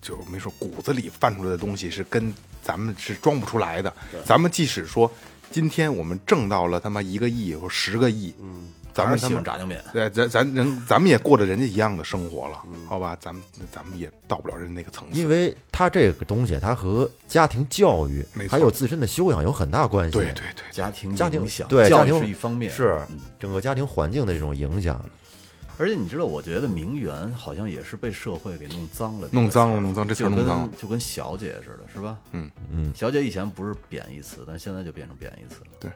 [SPEAKER 3] 就没说骨子里泛出来的东西是跟咱们是装不出来的。咱们即使说今天我们挣到了他妈一个亿或十个亿，嗯，咱
[SPEAKER 5] 还
[SPEAKER 3] 们
[SPEAKER 5] 是
[SPEAKER 3] 他
[SPEAKER 5] 喜
[SPEAKER 3] 妈
[SPEAKER 5] 欢炸酱面。
[SPEAKER 3] 对，咱咱人咱们也过着人家一样的生活了，好吧？咱们咱们也到不了人家那个层次。
[SPEAKER 2] 因为它这个东西，它和家庭教育
[SPEAKER 3] 没错
[SPEAKER 2] 还有自身的修养有很大关系。
[SPEAKER 3] 对对对，
[SPEAKER 5] 家庭
[SPEAKER 2] 家庭
[SPEAKER 5] 影响，
[SPEAKER 2] 对家
[SPEAKER 5] 教育
[SPEAKER 2] 庭
[SPEAKER 5] 是一方面，
[SPEAKER 2] 是整个家庭环境的这种影响。
[SPEAKER 5] 而且你知道，我觉得名媛好像也是被社会给弄脏了，
[SPEAKER 3] 弄脏了，弄脏这词
[SPEAKER 5] 就
[SPEAKER 3] 儿
[SPEAKER 5] 跟
[SPEAKER 3] 弄脏了。
[SPEAKER 5] 就跟小姐似的，是吧？嗯嗯，小姐以前不是贬义词，但现在就变成贬义词了。
[SPEAKER 3] 对，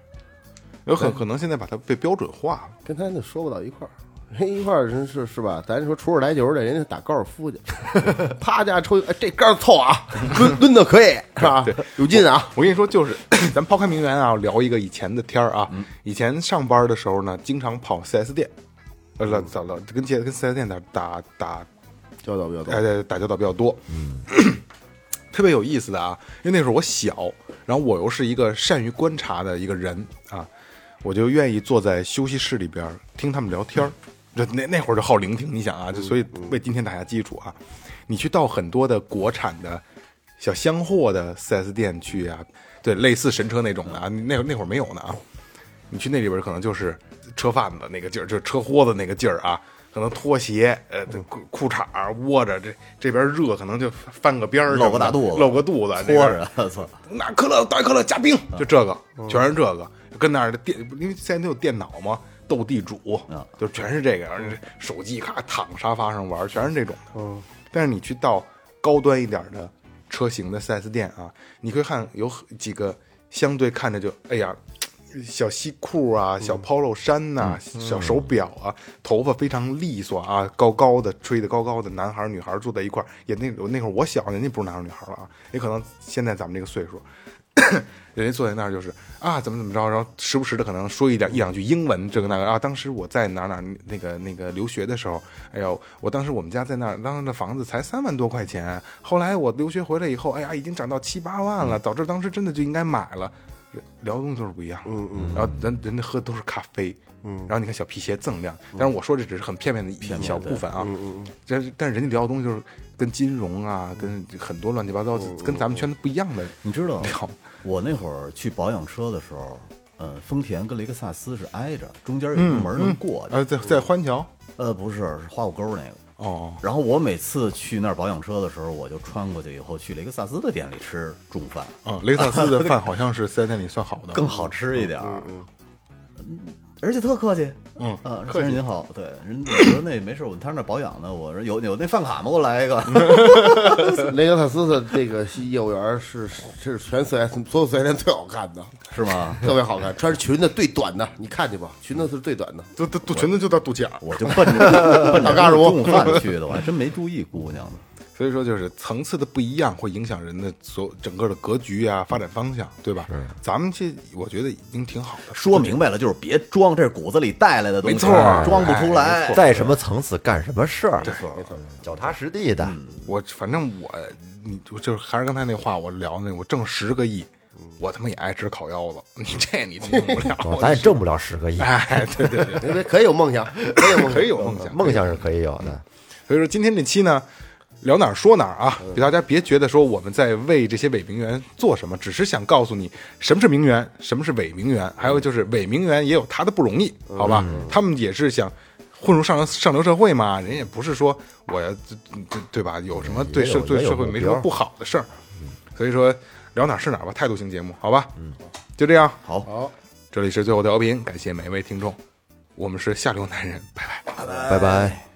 [SPEAKER 3] 有很可能现在把它被标准化了。
[SPEAKER 4] 跟他那说不到一块儿。人一块儿真是是吧？咱说出手来球的，人家打高尔夫去， *laughs* 啪家抽一，哎，这杆儿凑啊，抡抡的可以是吧？有劲啊！
[SPEAKER 3] 我跟你说，就是 *clears throat* 咱抛开名媛啊，聊一个以前的天儿啊。以前上班的时候呢，经常跑 4S 店，呃，老早老跟街跟 4S 店打打打
[SPEAKER 4] 教导不教导？
[SPEAKER 3] 呃打交道比较多。嗯， *clears throat* 特别有意思的啊，因为那时候我小，然后我又是一个善于观察的一个人啊，我就愿意坐在休息室里边儿听他们聊天儿。就那那会儿就好聆听，你想啊，就所以
[SPEAKER 5] 嗯
[SPEAKER 3] 为今天打下基础啊。你去到很多的国产的小箱货的 4S 店去啊，对，类似神车那种的啊，那那会儿没有呢啊。你去那里边可能就是车贩子那个劲儿，就是车豁子那个劲儿啊，可能拖鞋、呃
[SPEAKER 5] 嗯
[SPEAKER 3] 这裤裤衩儿窝着，这这边热，可能就翻个边儿什么的，
[SPEAKER 5] 露个大肚子
[SPEAKER 3] 露个肚子，这边
[SPEAKER 5] 托着， *laughs* 我操！
[SPEAKER 3] 那可乐打可乐加冰，嗯就这个，全是这个，跟那儿的电，因为现在都有电脑嘛，斗地主
[SPEAKER 5] 啊，
[SPEAKER 3] 就全是这个，然后这手机咔躺沙发上玩，全是这种的。但是你去到高端一点的车型的 4S 店啊，你会看有几个相对看着就哎呀。小西裤啊，小 polo 衫呐、小手表啊，头发非常利索啊，高高的，吹得高高的，男孩儿女孩儿坐在一块儿，也那那会儿我小，人家不是男孩儿女孩儿了啊，也可能现在咱们这个岁数，人家坐在那儿就是啊，怎么怎么着，然后时不时的可能说一点一两句英文，这个那个啊。当时我在哪儿哪儿那个那个留学的时候，哎呦，我当时我们家在那儿，当时的房子才三万多块钱，后来我留学回来以后，哎呀，已经涨到七八万了，早知道当时真的就应该买了。聊的东西都是不一样，嗯嗯，然后人人家喝的都是咖啡，嗯，然后你看小皮鞋锃亮，但是我说这只是很片面的一小部分啊，嗯嗯，但是但是人家聊的东西就是跟金融啊，跟很多乱七八糟，跟咱们圈子不一样的
[SPEAKER 5] 你知道
[SPEAKER 3] 聊，
[SPEAKER 5] 我那会儿去保养车的时候，呃，丰田跟雷克萨斯是挨着，中间有一个门能过去。
[SPEAKER 3] 呃，在在欢桥，
[SPEAKER 5] 呃，不是，是花果沟那个。
[SPEAKER 3] 哦，
[SPEAKER 5] 然后我每次去那儿保养车的时候，我就穿过去以后去雷克萨斯的店里吃中饭，
[SPEAKER 3] 啊，雷克萨斯的饭好像是在那里算好 *laughs* 的，
[SPEAKER 5] 更好吃一点儿。嗯，而且特客气。
[SPEAKER 3] 嗯
[SPEAKER 5] 啊，
[SPEAKER 3] 客
[SPEAKER 5] 先
[SPEAKER 3] 气
[SPEAKER 5] 生您好，对，人我说那没事，我他那儿保养呢，我说有有那饭卡吗？给我来一 *laughs* 个。
[SPEAKER 4] 雷克萨斯的这个业务员是是全四 S 所有四 S 店最好看的，
[SPEAKER 5] 是吗？
[SPEAKER 4] 特别好看，穿着裙子最短的，你看去吧，裙子是最短的。
[SPEAKER 3] 都都都裙子就到肚脐眼儿。
[SPEAKER 5] 我就奔 *laughs* 着奔着
[SPEAKER 4] 嘎
[SPEAKER 5] 中午饭去的，我还真没注意姑娘呢。
[SPEAKER 3] 所以说，就是层次的不一样，会影响人的所整个的格局啊，发展方向，对吧？咱们这我觉得已经挺好的，
[SPEAKER 5] 说明白了，就是别装，这是骨子里带来的东西，
[SPEAKER 3] 没错儿
[SPEAKER 5] 装不出
[SPEAKER 3] 哎
[SPEAKER 5] 来。
[SPEAKER 2] 在什么层次干什么事儿，
[SPEAKER 5] 没错，
[SPEAKER 2] 脚踏实地的。
[SPEAKER 3] 我反正我，你就就是还是刚才那话，我聊那个我挣十个亿，我他妈也爱吃烤腰子，你这你弄不
[SPEAKER 2] *laughs* 哦
[SPEAKER 3] 了。
[SPEAKER 2] 咱也挣不了十个亿，
[SPEAKER 3] *laughs* 哎，对对对，
[SPEAKER 4] 因为可以有梦想，可以有梦
[SPEAKER 3] 可
[SPEAKER 4] 想
[SPEAKER 3] 以。有梦想，
[SPEAKER 2] 梦想是可以有的。
[SPEAKER 3] 所以说今天这期呢，聊哪儿说哪儿啊，
[SPEAKER 2] 嗯
[SPEAKER 3] 给大家别觉得说我们在为这些伪名媛做什么，只是想告诉你什么是名媛，什么是伪名媛，还有就是伪名媛也有她的不容易，
[SPEAKER 2] 嗯
[SPEAKER 3] 好吧？他们也是想。混入上流上流社会嘛，人也不是说我要这这对吧？有什么对社
[SPEAKER 2] 嗯也有
[SPEAKER 3] 对
[SPEAKER 2] 也有
[SPEAKER 3] 社会
[SPEAKER 2] 目
[SPEAKER 3] 没什
[SPEAKER 2] 标嗯
[SPEAKER 3] 么不好的事儿，所以说聊哪儿是哪儿吧，态度型节目，好吧？嗯，就这样，
[SPEAKER 5] 好。
[SPEAKER 3] 这里是最后调频，感谢每一位听众，我们是下流男人，拜拜。
[SPEAKER 2] 拜拜。